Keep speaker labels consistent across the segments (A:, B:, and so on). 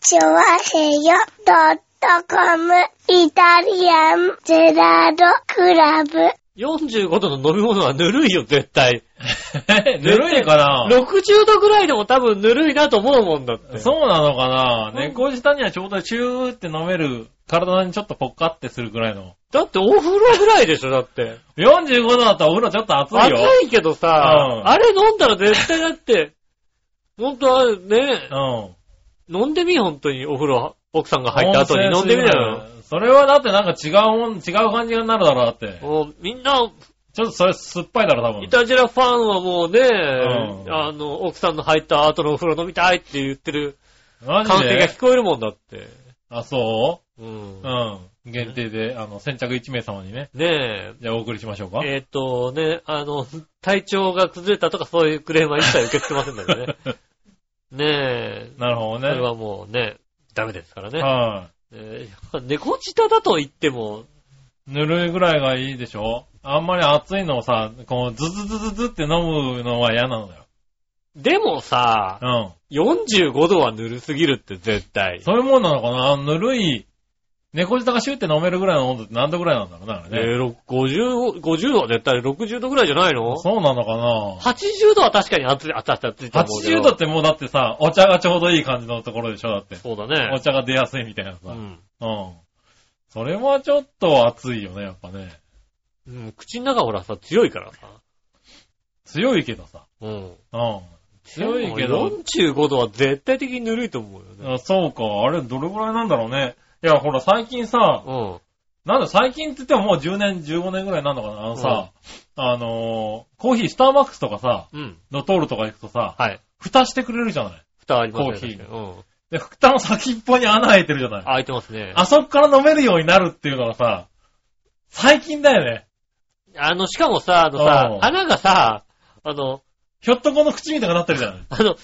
A: チョワヘヨドットコムイタリアンゼラードクラブ。
B: 45度の飲み物はぬるいよ、絶対。
C: え ぬるいかな
B: 60度ぐらいでも多分ぬるいなと思うもんだって。
C: そうなのかな
B: うん
C: 猫舌にはちょうどチューって飲める、体にちょっとポッカってするぐらいの。
B: だってお風呂ぐらいでしょ、だ って。
C: 45度だったらお風呂ちょっと熱い
B: 熱
C: よ。
B: いけどさ、
C: うん
B: あれ飲んだら絶対だって、 ほんとはね、飲んでみ、ほんとにお風呂、奥さんが
C: うん。
B: 入った後に飲んでみなよ。
C: それはだってなんか違うもん、違う感じになるだろう、だって。
B: もうみんな、
C: ちょっとそれ酸っぱいだろ、多分
B: イ。タジラファンはもうね、
C: ん
B: あの、奥さんの入った後のお風呂飲みたいって言ってる
C: マ
B: 歓
C: ジ
B: 声が
C: で
B: 聞こえるもんだって。。
C: あ、そううんうん。限定で、あの、先着1名様にね。
B: ねえ。
C: じゃあお送りしましょうか。
B: えっ、とね、あの、体調が崩れたとかそういうクレームは一切受け付けませんので ね。ねえ。
C: なるほ
B: そ
C: どね。
B: れはもうね、ダメですからね。
C: は
B: えー猫舌だと言っても、
C: い。ぬるいぐらいがいいでしょあんまり熱いのをさ、こう、ズズズズズって飲むのは嫌なのよ。
B: でもさ、
C: う
B: 45度はぬるすぎるって絶対
C: ん。。そういうもんなのかなあのぬるい、猫舌がシュって飲めるぐらいの温度って何度ぐらいなんだろうね、あ
B: えー
C: れね。
B: ろ50、50度は絶対60度ぐらいじゃないの
C: そうなのかな
B: 80度は確かに熱い、熱い、熱いと思うけど。
C: 80度ってもうだってさ、お茶がちょうどいい感じのところでしょだって。
B: そうだ
C: お
B: ね。
C: 茶が出やすいみたいなさ。
B: う
C: うん。
B: ん。
C: それはちょっと熱いよね、やっぱね。
B: うん、口の中ほらさ、強いからさ。
C: 強いけどさ。
B: うん。
C: うん。強いけど。
B: 45度は絶対的にぬるいと思うよね。
C: あそうか。あれ、どれぐらいなんだろうね。いや、ほら、最近さ、
B: うん。
C: なんだ、最近って言ってももう10年、15年ぐらいなんのかな。あのさ、あのーコーヒー、スターバックスとかさ、
B: うん。
C: ドトールとか行くとさ、
B: はい。
C: 蓋してくれるじゃない。
B: 蓋ありますね。
C: コーヒー
B: 確かにうん。
C: で、蓋の先っぽに穴開いてるじゃない。
B: 開いてますね。
C: あそこから飲めるようになるっていうのがさ、最近だよね。
B: あの、しかもさ、あのさ
C: う、ん
B: 穴がさ、あの、
C: ひょっとこの口みたいになってるじゃない。
B: あの、ちっ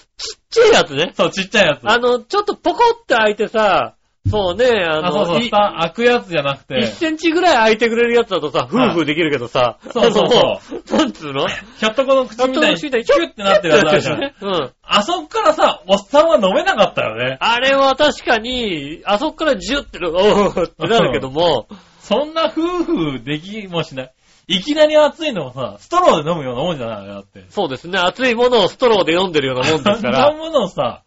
B: ちゃいやつね。
C: そう、ちっちゃいやつ。
B: あの、ちょっとポコって開いてさ、そうね、あ
C: あそう
B: の、
C: そう、
B: い
C: 蓋開くやつじゃなく
B: 1
C: て、
B: センチぐらい開いてくれるやつだとさ、夫婦できるけどさ、あ
C: そうそう
B: の
C: そ、
B: なんつうの
C: ひょっとこの口みたいに、
B: ひ
C: キ
B: ょっとこの口みた
C: ュ
B: いに
C: ッてなってるやつあるじゃん。
B: ね。うん。
C: あそこからさ、おっさんは飲めなかったよね。
B: あれは確かに、あそこからジュっての、おーってなるけども、
C: そんな夫婦できもしない。いきなり熱いのをさ、ストローで飲むようなもんじゃないよ、だって。
B: そうですね、熱いものをストローで飲んでるようなもんですか
C: そんな
B: ら、
C: ものをさ、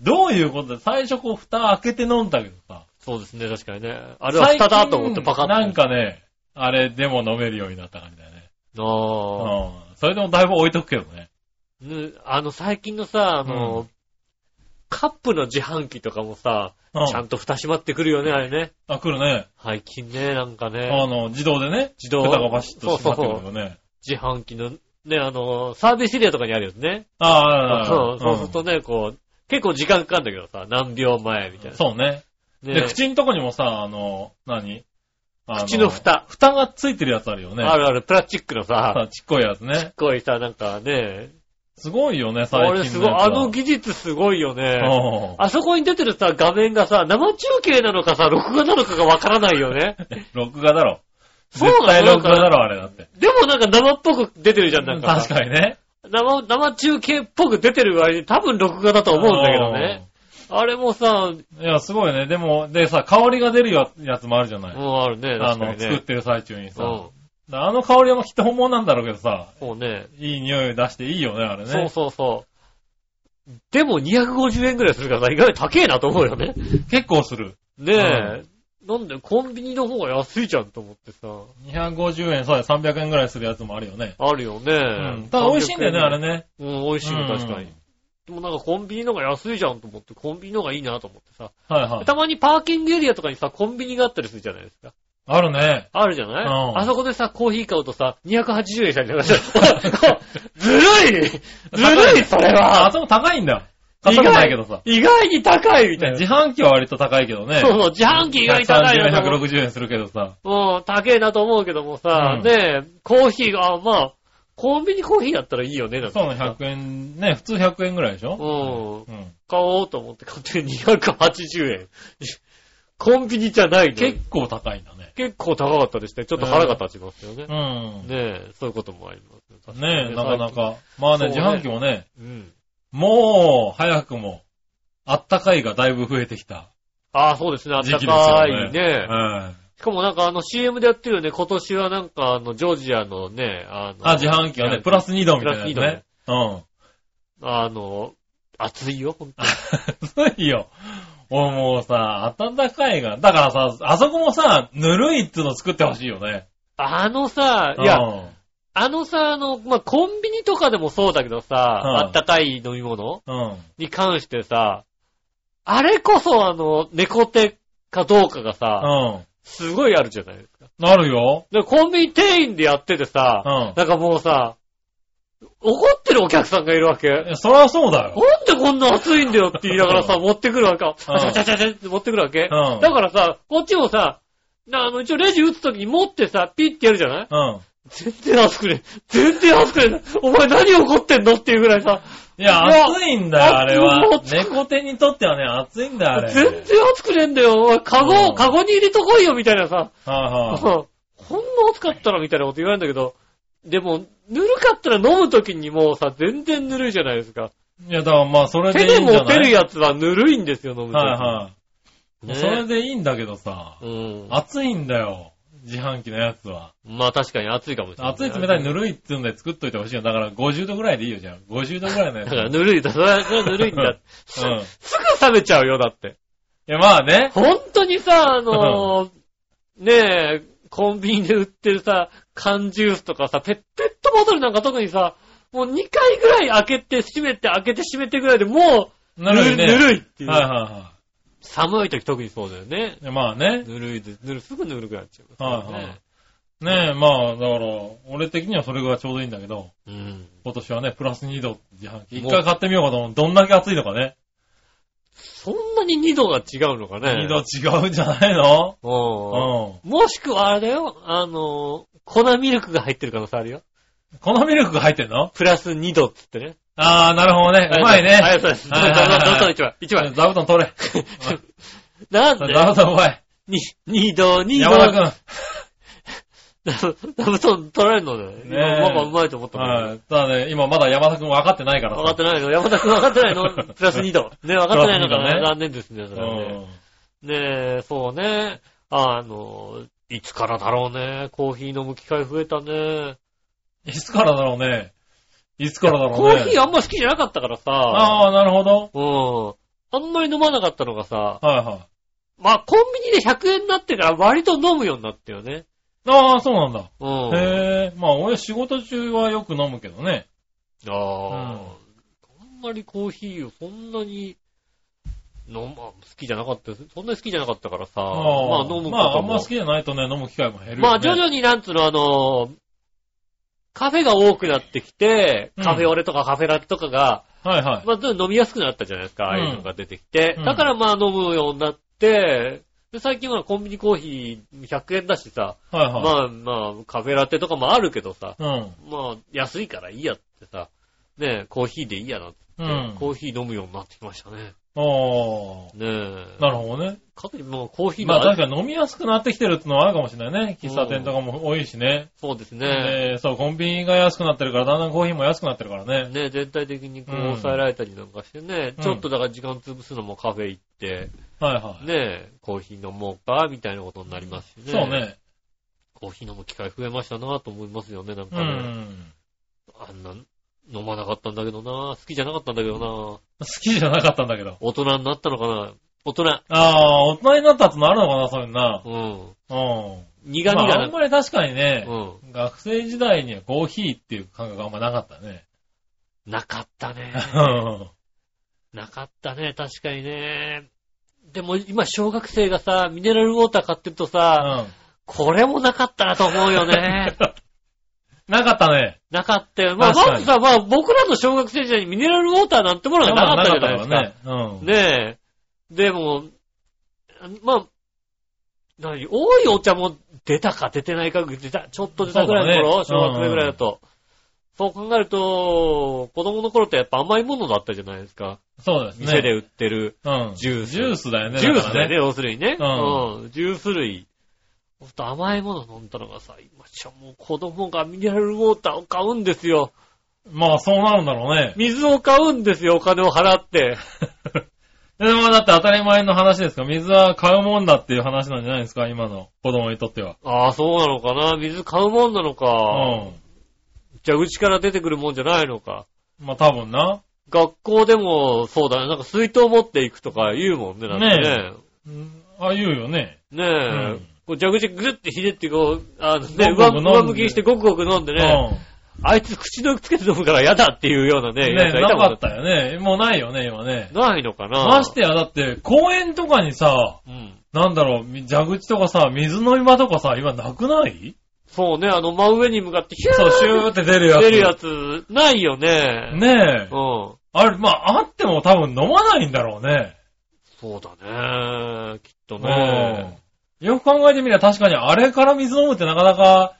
C: どういうことで最初こう蓋開けて飲んだけどさ。
B: そうですね、確かにね。あれは蓋だと思ってパカッ
C: ッ
B: と。
C: なん、かね、あれでも飲めるようになった感じだよね。う
B: ああ、
C: ん。それでもだいぶ置いとくけどね。
B: ねあの、最近のさ、あの、
C: う
B: カップの自販機とかもさ、
C: うん
B: ちゃんと蓋閉まってくるよね、あれね。
C: あ、来るね。
B: 最近ね、なんかね、
C: あの、自動でね。
B: 自動
C: 蓋がバシッと閉まってくるよね。
B: 自販機の、ね、あの、サービスエリアとかにあるやつね。
C: ああ、
B: そう、そうする
C: う
B: とね、こう、結構時間かかるんだけどさ、何秒前みたい
C: ん
B: な。
C: そうね。
B: ね
C: で、口のとこにもさ、あの、何あ
B: 口の蓋。
C: 蓋がついてるやつあるよね。
B: あるある、プラスチックのさ、
C: さ、ちっこいやつね。
B: こういうさ、なんかね、
C: すごいよね、最
B: あ
C: 近の
B: れ
C: やつ
B: す
C: は。
B: ごい、あの技術すごいよね。
C: うん
B: あそこに出てるさ、画面がさ、生中継なのかさ、録画なのかがわからないよね。
C: 録画だろ。
B: そうなの
C: 絶対録画だろ、あれだって。
B: でもなんか生っぽく出てるじゃん、なんか
C: 確
B: さ。
C: かにね。
B: 生、生中継っぽく出てる割に多分録画だと思うんだけどね。あれもさ、
C: うん。いや、すごいね。でも、でさ、香りが出るややつもあるじゃない。
B: もうあるね、
C: あ
B: 確か
C: の、
B: に
C: 作っ
B: ね。
C: てる最中に
B: う
C: さ。
B: ん。
C: あの香りはもうきっと本物なんだろうけどさ、
B: そうね。
C: いい匂いを出していいよね、あれね。
B: そうそうそう。でも250円くらいするからさ、意外と高えなと思うよね。
C: 結構する。
B: ねえ。なんでコンビニの方が安いじゃんと思ってさ。
C: 250円、そうや、300円ぐらいするやつもあるよね。
B: あるよね。
C: うん。ただ美味しいんだよね、あれ
B: ね。
C: ね。
B: うん、美味しいの確かに。
C: うん
B: でもなんかコンビニの方が安いじゃんと思って、コンビニの方がいいなと思ってさ。
C: はいはい。
B: たまにパーキングエリアとかにさ、コンビニがあったりするじゃないですか。
C: あるね。
B: あるじゃない、
C: うん
B: あそこでさ、コーヒー買うとさ、280円したり とかさ、ずるいずるいそれ
C: あ、
B: は
C: そこ高いんだ。買ったことないけどさ。
B: 意外に高いみたいな。
C: 自販機は割と高いけどね。
B: そうそう、自販機意外に高いなと思う。
C: 130円、160円するけどさ。
B: うん、高えなと思うけどもさ、
C: うん
B: ねえ、コーヒーが、あまあ、コンビニコーヒーだったらいいよね、だって
C: そうね、100円、ね、普通100円ぐらいでしょ
B: うん。
C: うん。
B: 買おうと思って買って280円。コンビニじゃないの
C: 結構高いんだね。
B: 結構高かったですね。ちょっと腹が立ちますよね。
C: うん。ね
B: ねえ、そういうこともありますね確かに
C: え、なかな
B: 最近
C: か。まあ
B: そ
C: ね、
B: うね
C: 自販機もね、
B: うん。
C: もう、早くも、あったかいがだいぶ増えてきた
B: ああ、そうですね。あっ
C: 時
B: た
C: 期ですよ
B: か
C: ね。
B: いね。
C: うん
B: しかもなんかあの CM でやってるよね。今年はなんかあの、ジョージアのね、あの、
C: あ、自販機がね、プラス2度みたいなやつ
B: プラ
C: ね。うん。
B: あの、暑いよ、ほんと
C: 暑いよ。俺もうさ、暖かいが。だからさ、あそこもさ、ぬるいっつうの作ってほしいよね。
B: あの さ、いうや、
C: ん
B: あのさ、あの、まあ、コンビニとかでもそうだけどさ、
C: うん
B: あったかい飲み物
C: うん。
B: に関してさ、あれこそあの、猫手かどうかがさ、
C: う
B: すごいあるじゃないですか。
C: ん。なるよ。
B: で、コンビニ店員でやっててさ、
C: うん
B: なんかもうさ、怒ってるお客さんがいるわけ。
C: いやそりゃそうだよ。
B: なんでこんな暑いんだよって言いながらさ、持ってくるわけ。あちゃちゃちゃちゃって持ってくるわけ。
C: うん
B: だからさ、こっちもさ、なあの、一応レジ打つときに持ってさ、ピッてやるじゃない
C: うん。
B: 全然暑くねえ。全然暑くねえ。お前何怒ってんのっていうぐらいさ、
C: いや、暑いんだよ、あれは。
B: 暑い
C: 猫手にとってはね、暑いんだよ、あれ。
B: 全然暑くねえんだよ。お前、カ
C: う
B: ゴ、
C: ん
B: カゴに入れとこいよ、みたいなさ。
C: はいはい。
B: ほんの暑かったらみたいなこと言われるんだけど、でも、ぬるかったら飲むときにもうさ、全然ぬるいじゃないですか。
C: いや、だからまあ、それで
B: 手
C: いい
B: で
C: んじゃ
B: 持
C: な
B: て
C: い
B: るやつはぬるいんですよ、飲むとき。
C: はいはい。
B: ね
C: それでいいんだけどさ、
B: うん。
C: 暑いんだよ。自販機のやつは。
B: まあ確かに暑いかもしれない。
C: 暑い冷たいぬるいっつうんで作っといてほしいよ。だから50度ぐらいでいいよ、じゃん。50度ぐらいのや
B: だ
C: つ。
B: からぬるいだ、それはそれはぬるいんだ。す
C: うん。い
B: すぐ冷めちゃうよ、だって。
C: や、まあね。
B: 本当にさ、あのー、ねえ、コンビニで売ってるさ、缶ジュースとかさ、ペッ、ペットボトルなんか特にさ、もう2回ぐらい開けて閉めて開けて閉めてぐらいでもう、
C: なるよね。
B: ぬるいっていう。
C: はいはいは
B: 寒い時特にそうだよね。
C: いいや。まあね。
B: ぬるいで、ぬる、すぐぬるくなっちゃう。
C: はいはいねえ、まあ、だから、俺的にはそれがちょうどいいんだけど、
B: うん。
C: 今年はね、プラス2度自販機。
B: も
C: 一
B: う
C: 回買ってみようかと思う。どんだけ暑いのかね。
B: そんなに2度が違うのかね。
C: 2度違うんじゃないの
B: うん。
C: うん。
B: もしくはあれだよ、あのー、粉ミルクが入ってる可能性あるよ。
C: このミルクが入ってんの
B: プラス2度っつってね。
C: ああ、なるほどね。うまいね。
B: はい、そうです。どう
C: はいはいはい
B: ぞ、どうぞ、一枚、一枚。
C: 座布団取れ。
B: なん
C: 座布
B: で
C: 団うまい。
B: に二度、二度。
C: 山田
B: 座布団取られるのね。
C: ねえ
B: 今、ママうまいと思っ
C: く
B: た
C: ん。
B: もん
C: はい。ただね、今まだ山田くん分かってないから
B: 分かっ
C: さ。
B: てないの山田君分かってないのプラス2度。ね、分かってないのか
C: プラス二度
B: な
C: ね
B: 残念ですね、それはね。ねえ、そうね。あの、いつからだろうね。コーヒー飲む機会増えたね。
C: うん。いつからだろうね。いつからだろうね。
B: コーヒーあんま好きじゃなかったからさ。
C: ああ、なるほど。
B: うん。あんまり飲まなかったのがさ、
C: はいはい。
B: まあコンビニで100円になってから割と飲むようになったよね。
C: ああ、そうなんだ。
B: うん。
C: へえ。まあ、俺仕事中はよく飲むけどね。
B: ああ、あんまりコーヒーをそんなに、飲ま、好きじゃなかったです。そんなに好きじゃなかったからさ、まあ飲むことも。
C: まあ、あんま好きじゃないとね、飲む機会も減るよね。
B: まあ徐々になんつうの、あの、カフェが多くなってきて、
C: うん
B: カフェオレとかカフェラテとかが、
C: はいはい。
B: まあずっと飲みやすくなったじゃないですか、ああいうのが出てきて。
C: うん
B: だからまあ飲むようになって、で最近はコンビニコーヒー100円だしさ、
C: はいはい。
B: まあまあカフェラテとかもあるけどさ、
C: うん。
B: まあ安いからいいやってさ、ねえコーヒーでいいやなって
C: うん。
B: コーヒー飲むようになってきましたね。
C: おー。
B: ねえ。
C: なるほどね。
B: かといってもうコーヒー
C: ま
B: の
C: あ確
B: 味、
C: かに飲みやすくなってきてるってのはあるかもしれないね。喫茶店とかも多いしね。
B: そうですね。
C: えーそう、コンビニが安くなってるから、だんだんコーヒーも安くなってるからね。
B: ね全体的にこう
C: うん
B: 抑えられたりなんかしてね、
C: うん
B: ちょっとだから時間潰すのもカフェ行って、
C: はいはい。
B: ねえ、コーヒー飲もうか、みたいなことになりますしね。
C: そう。ね。
B: コーヒー飲む機会増えましたなと思いますよね、なんか
C: う
B: ね。
C: ん。
B: あんな、飲まなかったんだけどな好きじゃなかったんだけどな
C: 好きじゃなかったんだけど。
B: 大人になったのかな大人。
C: ああ、大人になったってのあるのかな、そういうのな。
B: うん。
C: うん。
B: 苦味
C: まあ、
B: が
C: あ
B: なんく、
C: まり確かにね、
B: うん。
C: 学生時代にはコーヒーっていう感覚があんまなかっ たね。
B: なかったね
C: う。ん。
B: なかったね、確かにね。でも今、小学生がさ、ミネラルウォーター買ってるとさ、これもなかったなと思うよね。
C: なかったね。
B: なかったよ。まあ、
C: 確か
B: まず
C: に
B: さ、まあ、僕らの小学生時代にミネラルウォーターなんてものがなかったじゃないですか。
C: なかったからね。うん。
B: ねえ。でも、まあ、何多いお茶も出たか出てないか、出た、ちょっと出たぐらいの頃、
C: そうだね
B: 小学生ぐらいだと。そう考えると、子供の頃ってやっぱ甘いものだったじゃないですか。
C: そうですね。
B: 店で売ってる。
C: うん。
B: ジュース
C: ジュースだよね。
B: ジュースだ
C: から
B: よね、。要するにね。
C: う
B: うんん。ジュース類。ほんと甘いもの飲んだのがさ、今じゃもう子供がミネラルウォーターを買うんですよ。
C: まあ、そうなるんだろうね。
B: 水を買うんですよ、お金を払って。
C: でもだって当たり前の話ですか水は買うもんだっていう話なんじゃないですか今の子供にとっては。
B: ああ、そうなのかな。水買うもんなのか。
C: うん。
B: じゃあ、うちから出てくるもんじゃないのか。
C: まあ多分な。
B: 学校でも、そうだね。なんか水筒持っていくとか言うもんね、なんかね。
C: うんあ、言うよね。
B: ねえ。
C: うん
B: こう蛇口ぐるってひねってこう、あのね、上
C: ごくごく飲んで
B: 上向きにしてごくごく飲んで
C: う
B: ね、
C: ん。
B: あいつ口のつけて飲むから嫌だっていうようなね、
C: ね
B: やつがい
C: な
B: たもん
C: かったよね。もうないよね、今ね。
B: ないのかな。
C: ましてや、だって、公園とかにさ、
B: うん。
C: なんだろう、み蛇口とかさ、水飲み場とかさ、今なくない
B: そうね、あの真上に向かってヒュ
C: そう、シュ
B: ー
C: ーって出る
B: っ
C: やつ。
B: て出るやつ、ないよね。。
C: ねえ
B: う。ん。
C: あれ、まあ、あっても多分飲まないんだろうね。
B: そうだね。きっとね。
C: うんよく考えてみれば確かにあれから水飲むってなかなか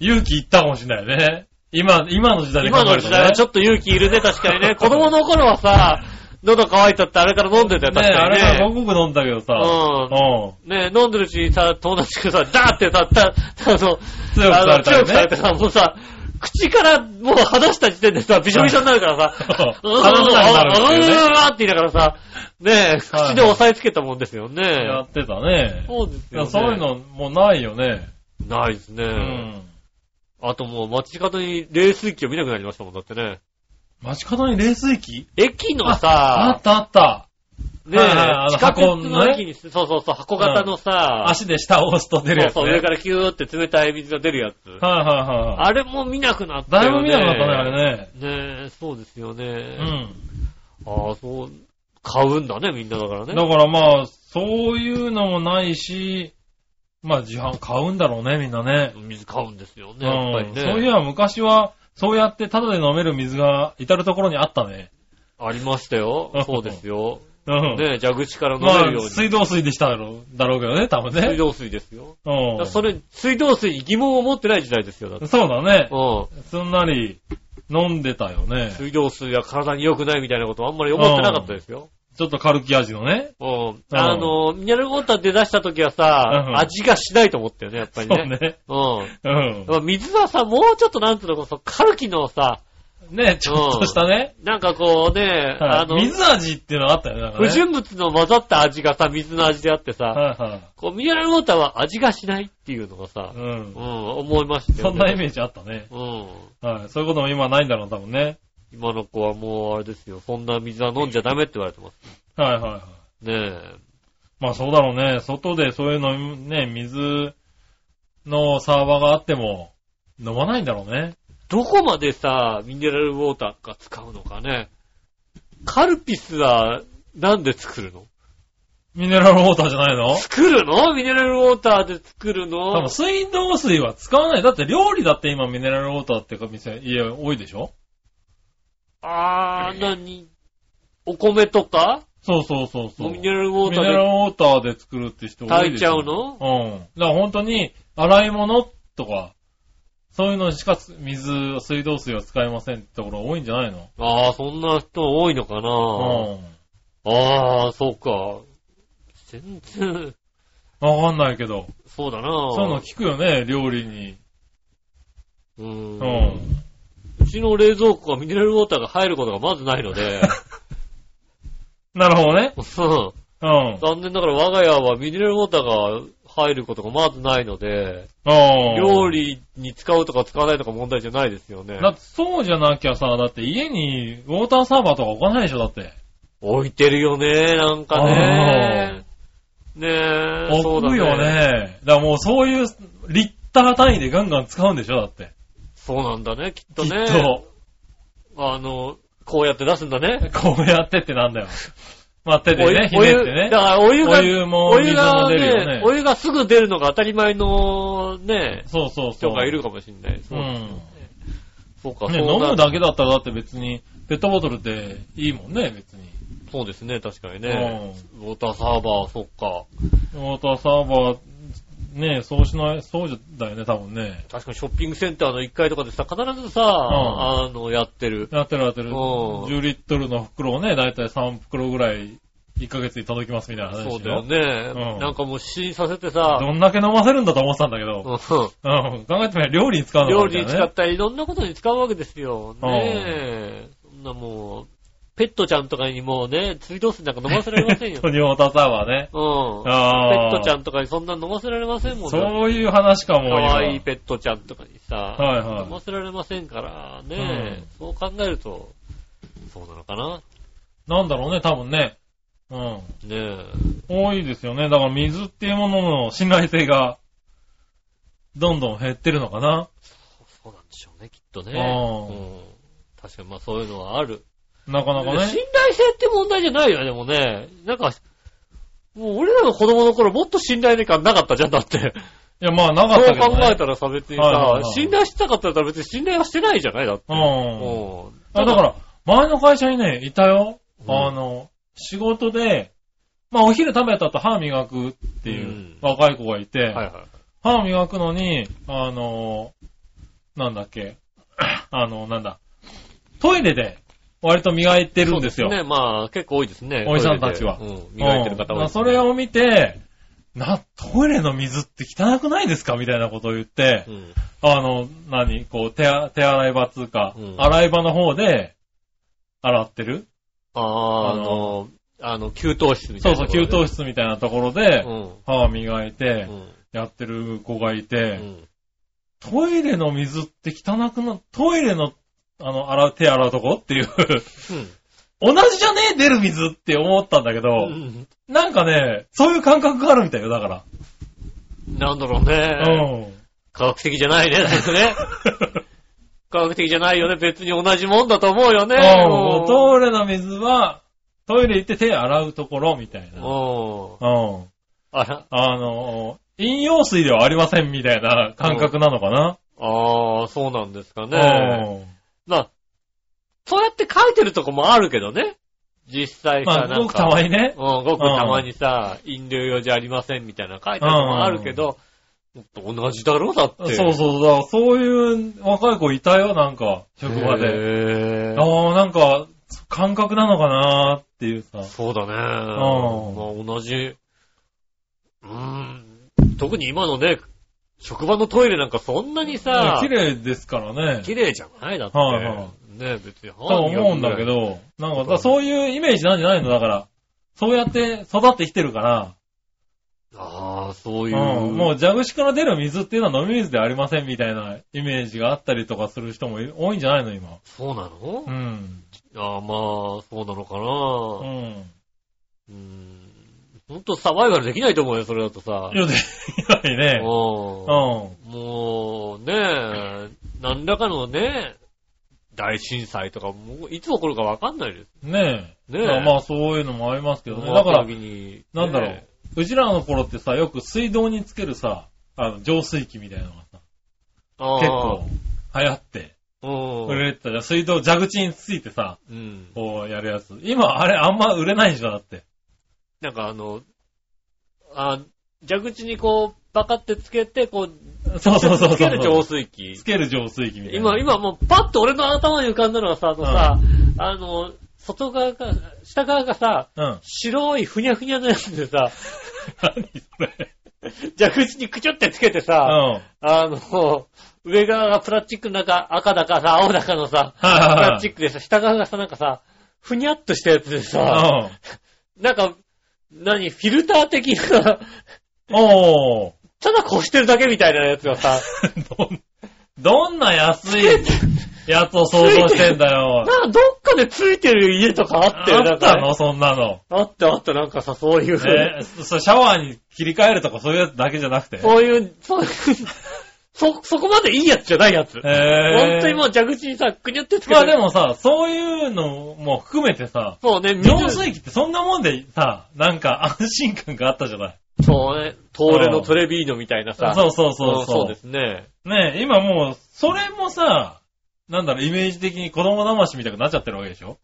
C: 勇気いったかもしれないね。今、今の時代で考
B: 今
C: え
B: の
C: ると、
B: 時
C: ね。
B: 代はちょっと勇気いるね、確かに ね。子供の頃はさ、喉乾いたってあれから飲んでたよ、
C: ね
B: 確
C: あ
B: か
C: れ
B: に
C: から
B: ね。
C: ごくごく飲んだけどさ。
B: うん
C: うん
B: ね飲んでるうちにさ、友達がさ、ダーってさ、た、たあの、
C: 強くされた
B: あの強
C: よね
B: くされてさ、もうさ、口からもう離した時点でさ、びしょびしょになるから さ、
C: うん鼻の中になるっていうね
B: うわーって言いながらさ、ね口で押さえつけたもんですよ
C: や
B: ね。
C: ってたね。
B: そうです
C: い
B: よ
C: や
B: ね。
C: そういうのもうないよね。
B: ないですね。
C: うん。
B: あともう街角に冷水器を見なくなりましたもん、だってね。
C: 街角に冷水器
B: 駅の
C: あっ
B: さ、
C: たあった。
B: ね
C: はいはいあの
B: 地下鉄
C: 箱の
B: の
C: ね
B: 駅に、そうそうそう、箱型のさ、
C: 足で下を押すと出るやつ、ね。
B: そうそう、上からキューって冷たい水が出るやつ。
C: はいはいはい。
B: あれも見なくなった
C: だい
B: よ
C: ぶ
B: ね。
C: 見なくなったね、あれね。
B: ね。え、そうですよね。
C: う
B: ああ、そう、買うんだね、みんなだから
C: ん。
B: ね。
C: だからまあ、そういうのもないし、まあ自販買うんだろうね、みんなね。
B: 水買うんですよ
C: う
B: ね、
C: ん
B: やっぱりね。
C: そういや、昔は、そうやってタダで飲める水が至るところにあったね。
B: ありましたよ。そうですよ。
C: うん。
B: ねえ、蛇口から飲
C: ま
B: めるよう
C: あ、
B: に。
C: 水道水でしたろうだろうけどね、多分
B: 水
C: ね。
B: 道水ですよ。だか
C: う
B: らそ
C: ん。
B: れ、水道水に疑問を持ってない時代ですよ、だって。
C: そうだね。
B: うん。
C: すんなり飲んでたよね。
B: 水道水は体に良くないみたいなことはあんまり思ってなかったですよ。
C: ちょっとカルキ味のね。
B: うん。あの、ミネラルウォーターで出した時はさ、
C: うん
B: 味がしないと思ったよね、やっぱり
C: そう
B: ね。
C: ね。
B: うん。
C: うん。
B: まあ水はさ、もうちょっとなんつうのこそ、カルキのさ、
C: ね、ちょっとしたね。
B: なんかこうね、
C: は
B: あの
C: い、水味っていうのがあったよね。なんかね
B: 不純物の混ざった味がさ、水の味であってさ、
C: はいはい。
B: こう、ミネラルウォーターは味がしないっていうのがさ
C: う、
B: うん、
C: ん。
B: 思いましたよね。
C: そんなイメージあったね。
B: うん。
C: はい。そういうことも今ないんだろう、多分ね。
B: 今の子はもう、あれですよ、そんな水は飲んじゃダメって言われてます。
C: はいはいはい。
B: ねえ。
C: まあそうだろうね。外でそういうの、ね、水のサーバーがあっても、飲まないんだろうね。
B: どこまでさ、ミネラルウォーターが使うのかね。カルピスは、なんで作るの
C: ミネラルウォーターじゃないの
B: 作るのミネラルウォーターで作るの
C: 多分水道水は使わない。だって料理だって今ミネラルウォーターってか店、家多いでしょ
B: あー、なに、お米とか
C: そうそうそうそう。
B: ミネラルウォー
C: ミ
B: タ
C: ネラル
B: ー
C: ウォーターで作るって人多い
B: 炊い
C: で
B: ち
C: し
B: ゃ
C: ょ。
B: うの
C: うん。だから本当に、洗い物とか、そういうのしかつ水、水道水は使いませんってところ多いんじゃないの
B: で、あー、そんな人多いのかな
C: う
B: あー、そうか。全然、
C: ん。わかんないけど、
B: そうだな
C: そういうの聞くよね、料理に。
B: う。
C: うんん。
B: うちの冷蔵庫はミネラルウォーターが入ることがまずないの で、
C: なるほどね。
B: うん。
C: うん。
B: 残念ながら我が家はミネラルウォーターが入ることがまずないので、
C: うん。
B: 料。理に使うとか使わないとか問題じゃないですよね。
C: だってそうじゃなきゃさ、だって家にウォーターサーバーとか置かないでしょ、だって。
B: 置いてるよね、なんかね。ねえ、そう
C: 置
B: だ
C: くよ
B: ね。
C: ね。だからもうそういうリッター単位でガンガン使うんでしょ、だって。
B: そうなんだね、きっと
C: きっ
B: ね。
C: と。
B: あの、こうやって出すんだね。
C: こうやってってなんだよ。まあ手で
B: お湯
C: ね、ひ
B: お
C: ね
B: 湯
C: ってね
B: だ。からお湯が、
C: お湯も
B: お湯が
C: 水も出るよね
B: お湯がすぐ出るのが当たり前のね、
C: そうそうそう。
B: 人がいるかもしれない。
C: う
B: そ
C: ん。
B: う
C: ね、
B: そうか、そう
C: 飲
B: な
C: むだけだったらだって別に、ペットボトルっていいもんね、別に。
B: そうですね、確かにね。ウォーターサーバー、そっか。
C: ウォーターサーバー、ねそうしない、そうだよね、多分ね。
B: 確かにショッピングセンターの1階とかでさ、必ずさ、あの、やってる。
C: やってるやってる。
B: おう
C: 10リットルの袋をね、だいたい3袋ぐらい、1ヶ月に届きますみたいな話
B: そうだ
C: よ
B: よね。
C: うん
B: なんかもう試飲させてさ、
C: どんだけ飲ませるんだと思ってたんだけど。
B: うん
C: うん。考えてみれば料理に使うの
B: 料
C: かみた
B: 理
C: い
B: に
C: な
B: 使
C: ね
B: ったり、いろんなことに使うわけですよ。ねえ。そんなもう、ペットちゃんとかにもうね、水道水なんか飲ませられませんよ。
C: トニオタサワーね。
B: うん。ペ
C: あ
B: ッ
C: あ。
B: トちゃんとかにそんな飲ませられませんもんね。
C: そういう話かも。
B: かわいい
C: 今
B: ペットちゃんとかにさ、
C: はいはい
B: 飲ませられませんからね、そう考えると、そうなのかな。
C: なんだろうね、多分ね。うん。
B: ね
C: 多いですよね。だから水っていうものの信頼性が、どんどん減ってるのかな。
B: そうなんでしょうね、きっとね。
C: あ
B: うん、確かにまあそういうのはある。
C: なかなか
B: で
C: ね。
B: 信頼性って問題じゃないよね、でもね。なんか、もう俺らの子供の頃もっと信頼感なかったじゃん、だって。
C: いや、まあ、なか
B: そ
C: った
B: う
C: けど、ね。
B: 考えたらさ、別に
C: はいはい
B: さ
C: は、い
B: 信頼してたかったら別に信頼はしてないじゃないだって。
C: うん。
B: もう
C: あ、だから、前の会社にね、いたよ。
B: うん
C: あの、仕事で、まあ、お昼食べた後歯磨くっていううん若い子がいて、
B: はいはい。
C: 歯磨くのに、あの、なんだっけ、 あの、なんだ、トイレで割と磨いてるんですよ。
B: そうね、まあ結構多いですね。
C: おじさんたちは
B: トイレでうん、磨いてる方多い
C: うんま
B: で
C: あ
B: す
C: そ
B: ね、
C: れを見て、な、トイレの水って汚くないですかみたいなことを言って
B: う、ん、
C: あの、何こう、手あ、手洗い場っつうか、
B: うん
C: 洗い場の方で、洗ってる
B: あー
C: あ
B: あ
C: の
B: の、あの、給湯室みた
C: そ
B: いうな
C: そう、
B: ところ
C: 給
B: で。
C: 湯室みたいなところで、
B: う
C: 歯を磨いて
B: ん。、うん。
C: やってる子がいうて、
B: ん。
C: トイレの水って汚くな、トイレの、あの、洗う、手洗うとこっていう、 同じじゃねえ出る水って思ったんだけど、
B: うん。
C: なんかね、そういう感覚があるみたいよ、だか
B: なんだろうね。
C: ら。うん。
B: 科学的じゃない ね、だってね。科学的じゃないよね。別に同じもんだと思うよね。
C: うん、
B: う
C: トイレの水は、トイレ行って手洗うところみたいな。
B: う
C: うん。
B: ん。あら、
C: あの、飲用水ではありませんみたいな感覚なのかな。
B: ああ、そうなんですか
C: う
B: ね。まあ、そうやって書いてるとこもあるけどね。実際
C: ん。ま
B: さ、
C: あ、
B: なん
C: ごく
B: か。
C: たまにね。
B: うん、ごくたまにさ、飲料用じゃありませんみたいなの書いてあるとこもあるけど、同じだろうだっ
C: そう
B: て。
C: そうそう。だからそういう若い子いたよ、なんか、職場で。
B: へー
C: ああ、なんか、感覚なのかなーっていうさ。
B: そうだね。
C: ん
B: まあ同じ。うーん。特に今のね、職場のトイレなんかそんなにさ、
C: 綺麗ですからね。
B: 綺麗じゃないだって。
C: はいはい
B: ね別に。と
C: と思うんだけ。ど、なんか、だからそういうイメージなんじゃないのだから、そうやって育ってきてるから、
B: ああ、そういう。
C: うん、もう蛇口から出る水っていうのは飲み水ではありませんみたいなイメージがあったりとかする人もい多いんじゃないの今。
B: そうなの、
C: うん。
B: ああ、まあ、そうなのか
C: う
B: な。
C: ん。
B: うーん。ほんとサバイバルできないと思うよ、それだとさ。
C: いや、できないね。
B: う
C: うんん。は
B: もう、ねえ、何らかのね、大震災とか、もういつ起こるかわかんないです。
C: い。ねえ。
B: ねえ
C: だからまあそういうのもありますけどね。
B: もう
C: だから
B: 時、に
C: なんだろう
B: ね。
C: うちらの頃ってさ、よく水道につけるさ、あの、浄水器みたいなのがさ、
B: あ
C: 結
B: ー
C: 構流行って、
B: う
C: 売
B: ん。
C: れてたじゃん水道蛇口についてさ、
B: うん。
C: こうやるやつ。今、あれ、あんま売れないでしょ、だって。
B: なんかあの、あ、蛇口にこう、バカってつけて、こう、
C: そうそうそうそう。
B: つける浄
C: 水
B: 水器
C: つ。ける浄水器みたいな。
B: 今、今もう、パッと俺の頭に浮かんだのはさ、あのさ、あの、外側か、下側がさ、
C: うん。
B: 白いふにゃふにゃのやつでさ、
C: 何それ。
B: 蛇口にくちょってつけて
C: うん。
B: さ、
C: はい
B: あの、上側がプラスチックの中、赤だかさ、青だかのさ、プ
C: はい
B: ラ
C: は
B: スチ
C: い
B: ックでさ、下側がさ、なんかさ、ふにゃっとしたやつでさ、なんか、何、フィルター的な、
C: うん。おー。
B: ただこしてるだけみたいなやつがさ、
C: どん、どんな安いやつを想像してんだ
B: な
C: よ。
B: んかどっかでついてる家とかあ
C: あ
B: ったよ、な
C: っ
B: んか
C: た
B: ね、
C: のそんなの。
B: あったあった、なんかさ、そういう、
C: え、そシャワーに切り替えるとかそういうやつだけじゃなくて。
B: そういう、そういう、そ、そこまでいいやつじゃないやつ。
C: え
B: 本当にも
C: う。
B: う蛇口にさ、くにゃってつけて。
C: まあでもさ、そういうのも含めてさ、
B: そうね、水
C: 浄水器ってそんなもんでさ、なんか安心感があったじゃない。
B: そうね、トーレのトレビーノみたいなさ。
C: そうそうそう
B: そ
C: そう
B: ですね。
C: う。ねえ、今もう、それもさ、なんだろう、イメージ的に子供騙しみたくなっちゃってるわけでしょ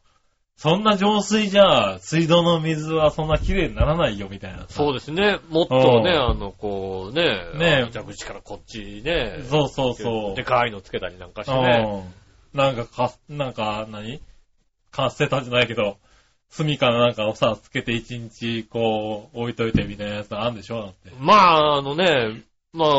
C: そんな浄水じゃ、水道の水はそんな綺麗にならないよ、みたいなさ。
B: そうですね。もっとね、
C: う
B: あの、こうね、
C: ね
B: あの蛇口からこっちね、
C: そうそうそう
B: でかいのつけたりなんかしてね。
C: うん。なんかか、なんか何、か捨てたじゃないけど、炭かなんかをさ、つけて一日こう、置いといてみたいなやつあるんでしょだって。
B: まあ、あのね、まあ、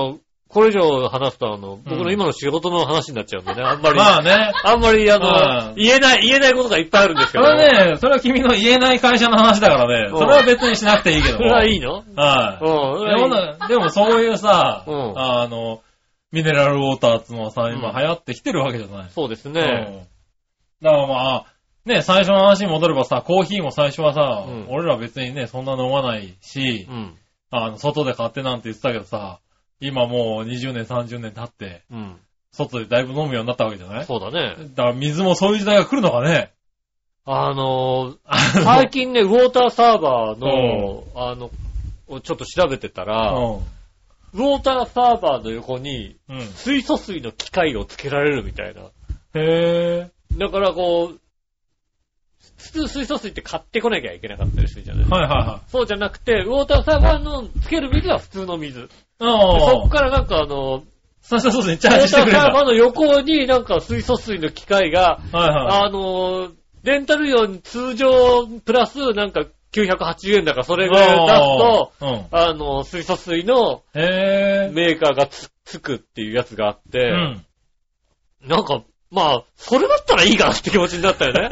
B: これ以上話すと、あの、僕の今の仕事の話になっちゃうんで ね、あんまり、
C: まあね。
B: あんまり、あ
C: は
B: の、
C: い
B: 言えない、言えないことがいっぱいあるんです
C: そ
B: けど。
C: れはね、それは君の言えない会社の話だからね、それは別にしなくていいけど
B: そ
C: も。
B: れはいいの
C: は
B: うんそ
C: い。で
B: れはい
C: も
B: いの。
C: な、でもそういうさ、
B: うん
C: あの、ミネラルウォーターっつうのはさ、今
B: うん
C: 流行ってきてるわけじゃない。
B: そうです
C: うん
B: ね。
C: だからまあ、ね、最初の話に戻ればさ、コーヒーも最初はさ、
B: うん
C: 俺ら別にね、そんな飲まないし、
B: うん。
C: あの、外で買ってなんて言ってたけどさ、今もう20年、30年経って、
B: うん。
C: 外でだいぶ飲むようになったわけじゃない
B: そうだね。
C: だから水もそういう時代が来るのかね。
B: あの
C: あ
B: ー、
C: の
B: 最近ね、ウォーターサーバーの、あの、ちょっと調べてたら、ウォーターサーバーの横に、
C: うん。うん。
B: 水素水の機械をつけられるみたいな。
C: へ
B: だからこう、普通水素水って買ってこなきゃいけなかったりするじゃない
C: ぇはいはいはい。
B: そうじゃなくて、ウォーターサーバーのつける水は普通の水。でそ
C: あ
B: こ
C: あ。
B: からなんかあ の、
C: そうそうそうですね、
B: ウ
C: チ
B: ォ
C: ャー
B: ー
C: ジし
B: ター
C: てくれるん
B: サー
C: だ
B: バーの横になんか水素水の機械が、
C: はいはい。
B: あの、レンタル料に通常プラスなんか980円だからそれぐらい出すと、
C: あーうん。
B: あの、水素水の
C: へぇ
B: メーカーがつつくっていうやつがあって、
C: うん。
B: なんか、まあ、それだったらいいかなって気持ちになったよ ね。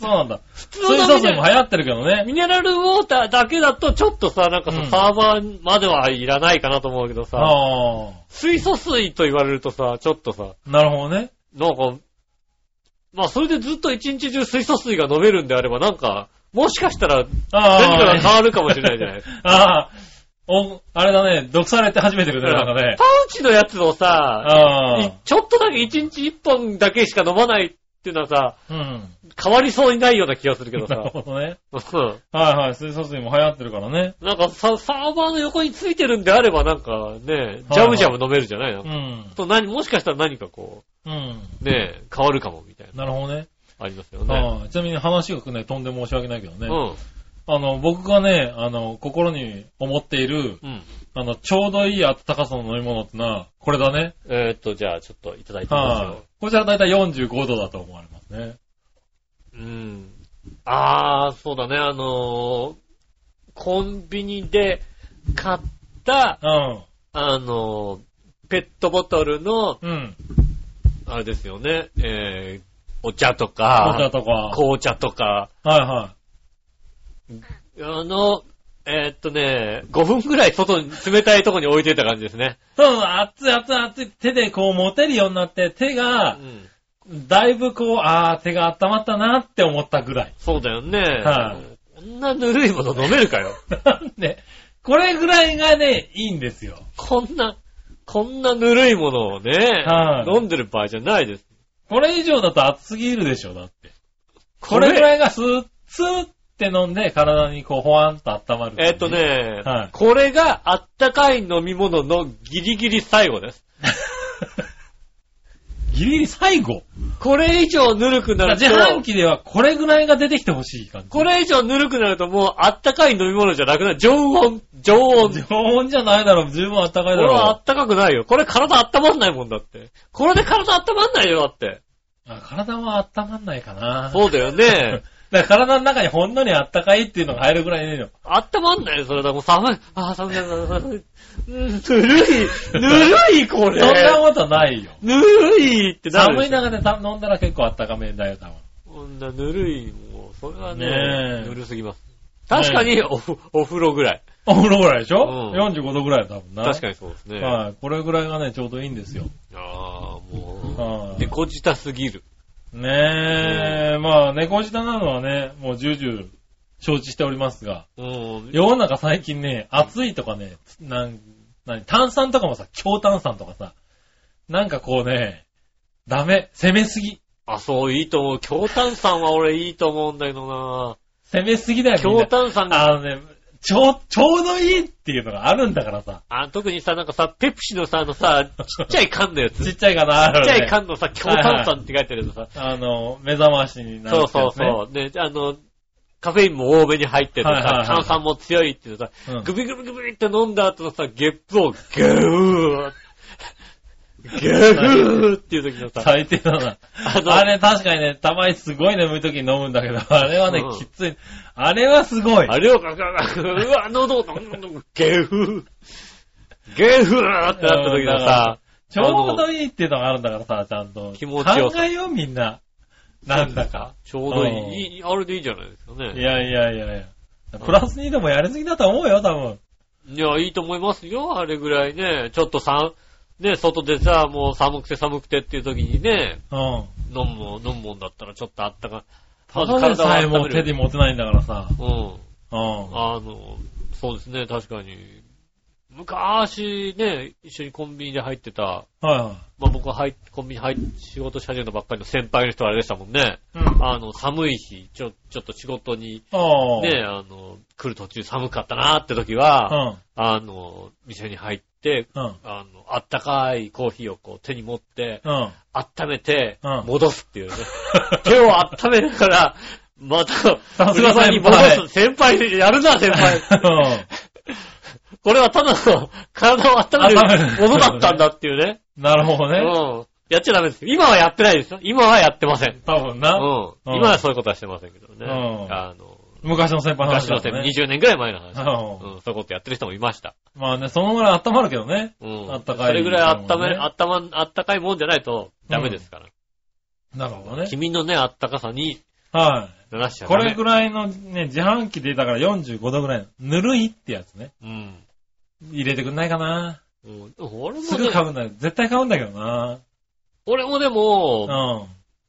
C: そうなんだ。
B: 普通
C: 水
B: の
C: 素
B: ミネ
C: 水も流行ってるけどね。
B: ミネラルウォーターだけだとちょっとさ、なんかさ、
C: うん
B: サーバーまではいらないかなと思うけどさ、
C: ああ。
B: 水素水と言われるとさ、ちょっとさ、
C: なるほどね。
B: なんか、まあそれでずっと一日中水素水が飲めるんであれば、なんか、もしかしたら
C: あ
B: 何かが変
C: あ。
B: わるかもしれないじゃないで すか。
C: ああ。お、あれだね、毒されて初めてくれるなんかね
B: パ。ウチのやつをさ、
C: あ
B: いちょっとだけ一日一本だけしか飲まないっていうのはさ、
C: あ。うん。
B: 変わりそうにないような気がするけど
C: なる
B: さ。
C: ほどね。
B: うん
C: はいはい、水素水も流行ってるからね。
B: なんかさ、サーバーの横についてるんであれば、なんかね、ジャムジャム飲めるじゃないの、
C: うん。
B: と何、もしかしたら何かこ
C: うん。
B: う、ねえ、変わるかもみたいな、
C: なるほどね。
B: ありますよね。
C: ああちなみに話がね、飛んで申し訳ないけど
B: う
C: ね。
B: ん。
C: あの、僕がね、あの、心に思っている、
B: うん。
C: あの、ちょうどいい暖かさの飲み物ってのは、これだね。
B: えーっと、じゃあ、ちょっといただいてみまし
C: は
B: ょ
C: い。こちらだいたい45度だと思われますね。
B: う。うん。あー、そうだね、あのーコンビニで買った、
C: うん。
B: あのーペットボトルの、
C: うん。
B: あれですよね、えー、お茶と
C: お茶
B: か、
C: とか。はい
B: 紅茶とか、
C: は
B: あの、えーっとね、5分くらい外に、冷たいとこに置いてた感じですね。
C: い。そう、熱い熱い熱い。手でこう持てるようになって、手
B: う
C: が、
B: ん。
C: だいぶこう、あー、手が温まったなって思ったぐらい。
B: そうだよね。
C: はい
B: こんなぬるいもの飲めるかよ。
C: なんで、これぐらいがね、いいんですよ。
B: こんな、こんなぬるいものをね、
C: はい
B: 飲んでる場合じゃないです。
C: これ以上だと熱すぎるでしょ、だって。
B: こ
C: これ
B: れ
C: ぐらいがスーッ、スーッって飲んで、体にこう、ほわんと温まる。
B: えーっと。ね、
C: はい
B: これがあったかい飲み物のギリギリ最後です。
C: ギリギリ最後。
B: これ以上ぬるくなる
C: 自販
B: と、
C: 機ではこれぐらいが出てきてほしい感じ。
B: これ以上ぬるくなるともうあったかい飲み物じゃなくなる。常温、常温。
C: 常温じゃないだろう、十分あったかいだ
B: これはあ
C: ろ
B: ったかくないよ。これ体温まんないもんだって。これで体温まんないよ、だって。
C: う。あ体は温まんないかな。
B: そうだよ ね。
C: だから体の中にほんのりあったかいっていうのが入るぐらいねえよ。
B: 温まんないよ、それだ。もう寒い。ああ、寒い、寒い、寒い。うんぬるい、ぬるい、こ
C: そんな
B: れ。
C: ことはないよ。
B: ぬるいってなる
C: 寒
B: で
C: い
B: しょ。
C: 中でた飲んだら結構あったかめだよ、多分。
B: こんなぬるい、もう、それは
C: ね
B: ね、
C: え
B: ぬるすぎます。確かに、おふ、お風呂ぐらい。
C: お風呂ぐらいでしょ、
B: うん
C: ?45 度ぐらいだ、多分な。
B: 確か
C: に。
B: にそうですね。あ
C: はい。これぐらいがね、ちょうどいいんですよ。
B: あ、も
C: は
B: う、
C: い
B: 猫舌すぎる。
C: ねえ、まあ、猫舌なのはね、もう重々承知しておりますが、
B: うん。
C: 世の中最近ね、暑いとかね、つなん、なに、炭酸とかもさ、強炭酸とかさ、なんかこうね、ダメ、攻めすぎ。
B: あ、そう、いいと思う。強炭酸は俺いいと思うんだけどな
C: 攻めすぎだよ、みん
B: 強
C: な
B: 炭酸が
C: あのね、ちょう、ちょうどいいっていうのがあるんだからさ。
B: あ特にさ、なんかさ、ペプシのさ、あのさ、ちっちゃい缶のやつ。
C: ち
B: ちっ
C: っちゃいかな、ある
B: ち
C: ね
B: ゃい缶のさ、強炭酸って書いてあるのさ。
C: あの、目覚ましになる
B: そうそう
C: う
B: そう。で、あの、カフェインも多めに入ってて
C: はいはい
B: さ
C: は、い
B: 炭酸も強いっていうさ、
C: そう。うん
B: グビグビグビって飲んだ後のさ、ゲップをゲーーゲーーっていう時のさ、
C: 最低だな。
B: あの
C: あれ確かにね、たまにすごい眠い時に飲むんだけど、 あれはね
B: う、ん
C: きつい。あれはすごい。
B: あれをガガガガ、うわ、喉、ゲーーゲーフーってなった時のさ、
C: ちょうどいいっていうのがあるんだからさ、ちゃんと。
B: 気持ちよさ
C: 考えよう、みんな。なんだか。
B: ちょうどい
C: うん
B: いいい、あれでいいじゃないですか
C: い
B: ね。
C: やいやいやいや。プラスにでもやりすぎだと思うよ、多分。
B: いや、いいと思いますよ、あれぐらいね。ちょっとさん、ね、外でさ、もう寒くて寒くてっていう時にね、
C: うん。
B: 飲むもん、飲むもんだったらちょっとあったか、
C: ただ
B: ま
C: でさえ
B: ず体を
C: も
B: 温
C: う
B: める
C: 手に持てないんだからさ。
B: うん。
C: うん。
B: あの、そうですね、確かに。昔ね、一緒にコンビニで入ってた、
C: は
B: まあ僕は入っコンビニ入っ仕事し始めたばっかりの先輩の人はあれでしたもんね。
C: いはい。うん。あ
B: あの、寒い日、ちょ、ちょっと仕事に、
C: あ。
B: ね、あの、来る途中寒かったなーって時は、
C: う
B: あの、店に入って、
C: ん。うん。
B: あの、あったかいコーヒーをこう手に持って、
C: うん。
B: 温めて
C: う、ん
B: 戻すっていうね。手を温めながら、また、
C: さすが先輩
B: 車に戻す。先輩、やるな、先輩。 これはただの体を温めるものだったんだっていうね。
C: うん。なるほど
B: う
C: ね。
B: ん。やっちゃダメですよ。今はやってないですよ。今はやってません。
C: 多分
B: う
C: な。
B: ん。
C: うん
B: 今はそういうことはしてませんけどね。
C: うん
B: あの、
C: 昔の先輩の
B: 昔
C: 話だ
B: の
C: と
B: 先
C: ね。
B: 20年ぐらい前の話。
C: う
B: うん、そういうことやってる人もいました。
C: ん。まあね、そのぐらい温まるけどね。
B: うん。
C: あったかい
B: それぐらい温め、
C: もんね
B: 温まん、あったかいもんじゃないとダメですから。
C: なるほどね。
B: 君のね、あったかさに
C: は
B: 濡らしち
C: い。
B: ゃ
C: こ
B: ダメ
C: れぐらいのね、自販機でだから45度ぐらいの、ぬるいってやつね。
B: うん。
C: 入れてくんないかな。
B: うん俺も
C: すぐ買
B: ね、
C: うんだよ。絶対買うんだけどな。
B: 俺もでも、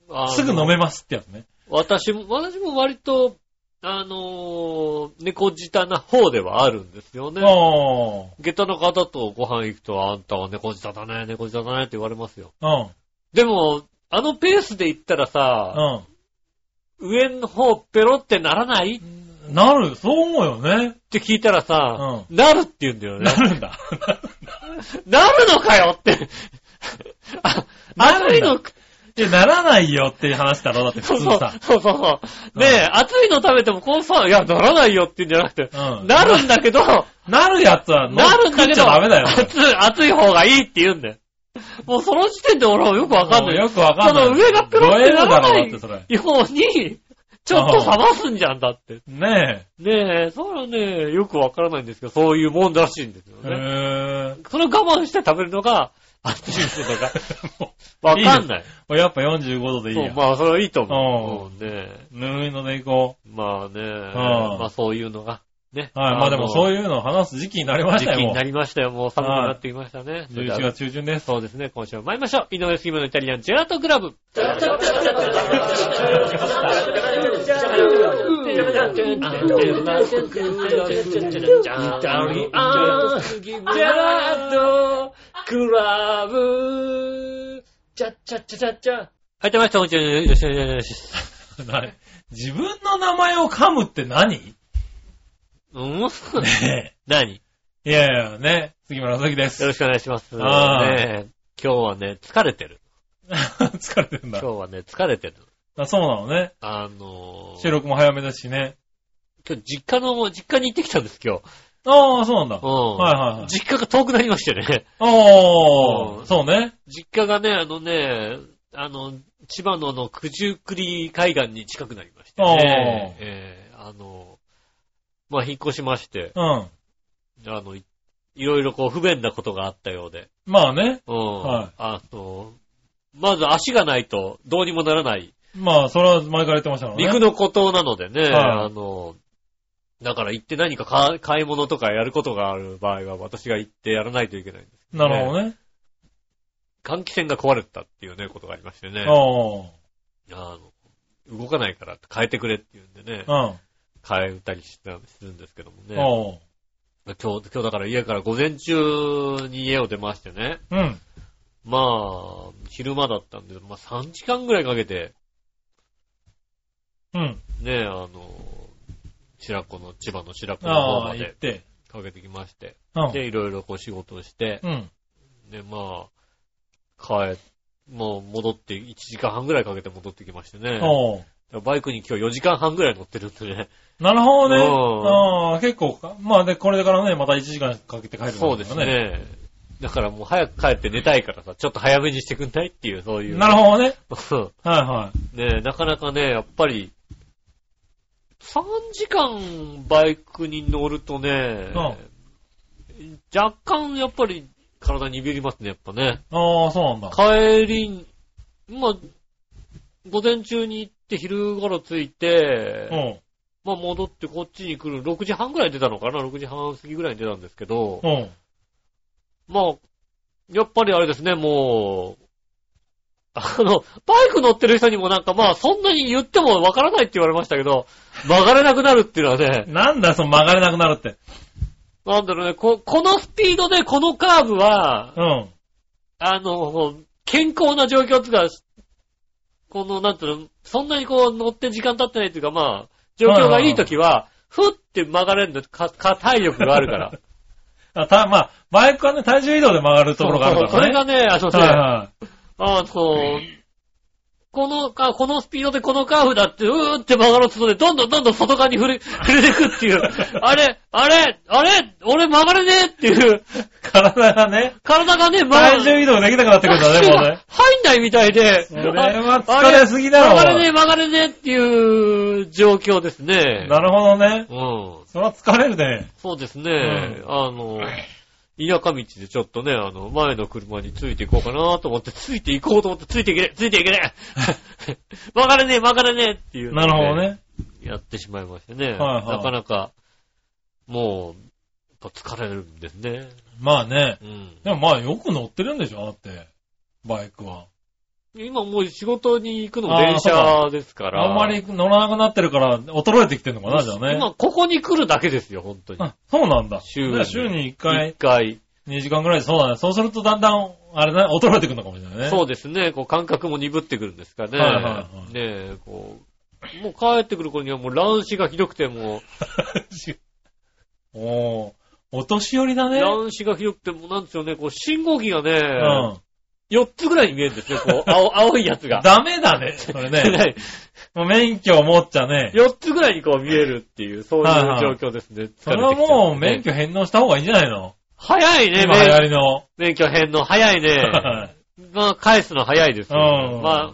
C: う
B: あ
C: ん。
B: の
C: すぐ飲めますってやつね。
B: 私も、私も割と、あのー猫舌な方ではあるんですよね。
C: おー。
B: 下駄の方とご飯行くと、あんたは猫舌だね、猫舌だねって言われますよ。
C: うん。
B: でも、あのペースで行ったらさ、
C: う
B: 上の方ペロってならないっ
C: ん。なる、そう思うよね。
B: て聞いたらさ、なるって言うんだよね
C: な。る んだ。
B: なるのかよって。あ、
C: なるんだ
B: 暑いの、
C: いや、ならないよっていう話だろ、だって
B: そう
C: 普通
B: そう、
C: さ。
B: そうそうそう。ねえ、暑いの食べてもこうさ、いや、ならないよって言うんじゃなくて、
C: うん
B: なるんだけど、
C: なるやつは、
B: なるんだ
C: 食
B: け
C: っち
B: ど、
C: ゃダメだよ。
B: 熱い、熱い方がいいって言うんだよ。もうその時点で俺はよくわかん
C: も
B: な
C: う
B: い。
C: よくわかんない。
B: その上がペロってなら
C: 燃
B: な
C: え
B: い
C: るだろうだってそれ。
B: ように、ちょっと冷ますんじゃんだって。
C: ね
B: ねえ、それはね、よくわからないんですけど、そういうもんらしいんですよ
C: え。
B: ね。
C: へ
B: それを我慢して食べるのが、熱いのか、わかんない。
C: え。やっぱ45度でいい
B: そう、
C: や。
B: まあそれはいいと思う。うんねえ
C: ぬるいのでいこ
B: まあね、
C: ん
B: まあそういうのが、ね。
C: う。はい。まあでも
B: う
C: そ
B: いう
C: ういうのを話す時期になりまし
B: 時
C: た
B: 期
C: よ、
B: に
C: もう
B: な。りましたよ。もう寒くなってきましたね。それでは
C: 11月中旬です。
B: そうですね、今週も参りましょう。井上杉村のイタリアンジェラートクラブ。はい、出ました、こんにちは。よろしくお願いします。
C: 何自分の名前を噛むって何
B: うん
C: ね
B: 何
C: え。いやいや、ね。杉村和樹で
B: よ
C: す。
B: ろしくお願いします。ね
C: あー
B: え今日はね、疲れてる。
C: 疲れてるん
B: 今日。
C: だ
B: はね、疲れてる。
C: あそうなのね。
B: あのー、
C: 収録も早めだしね。
B: 今日実家の、実家に行ってきたんです、今日。
C: ああ、そうなんだ。
B: うん。
C: はいはいはい。
B: 実家が遠くなりましてね。
C: お
B: うん
C: ー、そうね。
B: 実家がね、あのね、あの、千葉のあの九十九里海岸に近くなりましてね。ええあの、まあ、引っ越しまして、
C: うん。
B: あの、いいろいろこう不便なことがあったようで。
C: まあね。
B: うん。
C: はい
B: あと、まず足がないとどうにもならない。
C: まあ、それは前から言ってましたからね。
B: 陸の孤島なのでね、
C: はい
B: あの、だから行って何かか買い物とかやることがある場合は私が行ってやらないといけない。
C: なるほどね。
B: 換気扇が壊れてたっていうね、ことがありましてね。
C: おー。
B: あの、動かないからって変えてくれって言うんでね
C: う、ん。
B: 変えたりしたするんですけどもね。
C: おー。
B: 今日、今日だから家から午前中に家を出ましてね。
C: うん。
B: まあ、昼間だったんで、まあ3時間ぐらいかけて、
C: うん。
B: ね、あの、白子の、千葉の白子の方
C: あ
B: ま
C: あ、行っ
B: で
C: て。
B: かけてきまして、
C: うん。
B: で、いろいろこう仕事をして、
C: うん。
B: で、まあ、帰、もう戻って1時間半ぐらいかけて戻ってきましてね。
C: おー。
B: バイクに今日4時間半ぐらい乗ってるんでね。
C: なるほどね。
B: うん
C: ああ、結構か。まあ、で、これからね、また1時間かけて帰るんだから
B: そうです。ね。だからもう早く帰って寝たいからさ、ちょっと早めにしてくんないっていう、そういう。
C: なるほどね。
B: ほ
C: はいは
B: ど。ねえなかなかね、やっぱり、3時間バイクに乗るとね、
C: うん
B: 若干やっぱり体にびりますね、やっぱね。
C: ああ、そうなんだ。
B: 帰りに、まあ、午前中に行って昼頃着いうて、
C: ん。
B: まあ戻ってこっちに来る、6時半ぐらいに出たのかな ?6 時半過ぎぐらいに出たんですけど、
C: うん。
B: まあ、やっぱりあれですね、もう、あの、バイク乗ってる人にもなんかまあ、そんなに言ってもわからないって言われましたけ ど、曲がれなくなるっていうのはね、
C: なんだよ、その曲がれなくなるって。
B: なんだろうね、こ、このスピードでこのカーブは、
C: うん。
B: あの、健康な状況っていうか、この、なんていうの、そんなにこう乗って時間経ってないっていうかまあ、状況がいい時は、ふって曲がれるんだよか、か、体力がある から。
C: あた、まあ、バイクはね、体重移動で曲がるところがある
B: そ
C: か
B: うそうそれ
C: らね。
B: がね、あ、そうそう。
C: はいは
B: ああ、そう。このか、このスピードでこのカーブだって、うーって曲がろうとするので、どんどんどんどん外側に振れ、振れてく っていう。あれ、あれ、あれ、俺曲がれねえっていう。
C: い。体がね、
B: 体がね、曲が
C: 体重移動できなくなってくるんだね、もうね。
B: 入んないみたいで。
C: それは疲れすぎだろ
B: あれ曲がれねえ、曲がれねえっていう状況ですね。
C: なるほどね。
B: うん。
C: それは疲れるね。
B: そうですね。あの、田舎道でちょっとね、あの、前の車についていこうかなと思って、ついていこうと思って、ついていけねえついていけね え曲がれねえ、曲がれねえっていう、
C: なるほど。ね。
B: やってしまいましてね。
C: はいはい
B: なかなか、もう、やっぱ疲れるんですね。
C: まあね。
B: うん。
C: でもまあ、よく乗ってるんでしょ、だって。バイクは。
B: 今もう仕事に行くのも電車ですから。
C: あんまり乗らなくなってるから、衰えてきてんのかな、じゃあね。
B: 今ここに来るだけですよ、本当に。
C: あ、そうなんだ。
B: 週に
C: だから週に1
B: 一
C: 回、
B: 回。
C: 2時間ぐらいでそうだね。そうするとだんだん、あれね、衰えてくるのかもしれないね。
B: そうですね。こう感覚も鈍ってくるんですかね。
C: はいはいは
B: ね
C: い
B: え、こう。もう帰ってくる頃にはもう乱視がひどくても
C: おー、お年寄りだ
B: う、
C: ね。
B: 乱視がひどくてもうなんですよね、こう信号機が
C: う
B: ね、
C: ん。
B: 4つぐらいに見えるんですよ、こう、 青青いやつが。
C: ダメだね、それね。
B: ね
C: もう免許を持っちゃね。
B: 4つぐらいにこう見えるっていう、そうい
C: はいはいう
B: 状況ですね。
C: それはもう免許返納した方がいいんじゃないの
B: 早いね、
C: 今流行
B: 免
C: りの。
B: 免許返納早い ね。まあ、返すの早いですよ
C: う。ん
B: まあ、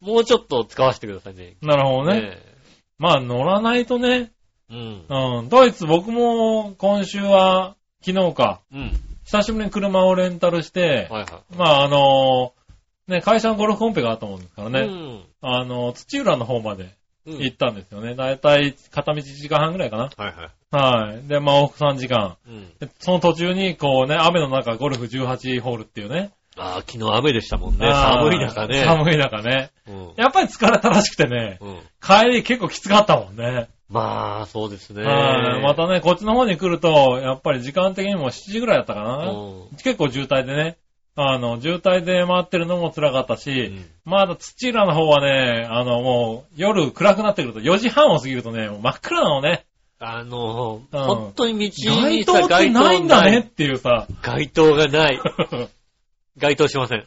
B: もうちょっと使わせてくださいね。
C: なるほどね。
B: え
C: まあ乗らないとね。
B: うん。
C: うん。ドイツ僕も今週は、昨日か、
B: うん。
C: 久しぶりに車をレンタルして、
B: はいは
C: まああのーね、会社のゴルフコンペがあったもんですから
B: い。
C: ね、
B: うん
C: あのー土浦の方まで
B: うん。
C: 行ったんですよね。だいたい片道1時間半ぐらいかな。
B: はいは
C: はい。で、まあ往復3時間。
B: い。うん。
C: でその途中に、こうね、雨の中、ゴルフ18ホールっていうね。
B: ああ、昨日雨でしたもんね。
C: あー
B: 寒い中ね。
C: 寒い中ね。
B: うん。
C: やっぱり疲れたらしくてね、
B: うん
C: 帰り結構きつかったもんね。
B: まあ、そうですね。
C: はい。またね、こっちの方に来ると、やっぱり時間的にも7時ぐらいだったか
B: う
C: な。
B: ん。
C: 結構渋滞でね、あの、渋滞で回ってるのも辛かったし、まだ土浦の方はね、あの、もう夜暗くなってくると、4時半を過ぎるとね、もう真っ暗なのね。
B: あの、
C: うん
B: 本当に道に
C: 街
B: さ
C: 灯ってないんだねっ
B: 街
C: ていう さ、
B: 灯ない街灯がない。街灯しません。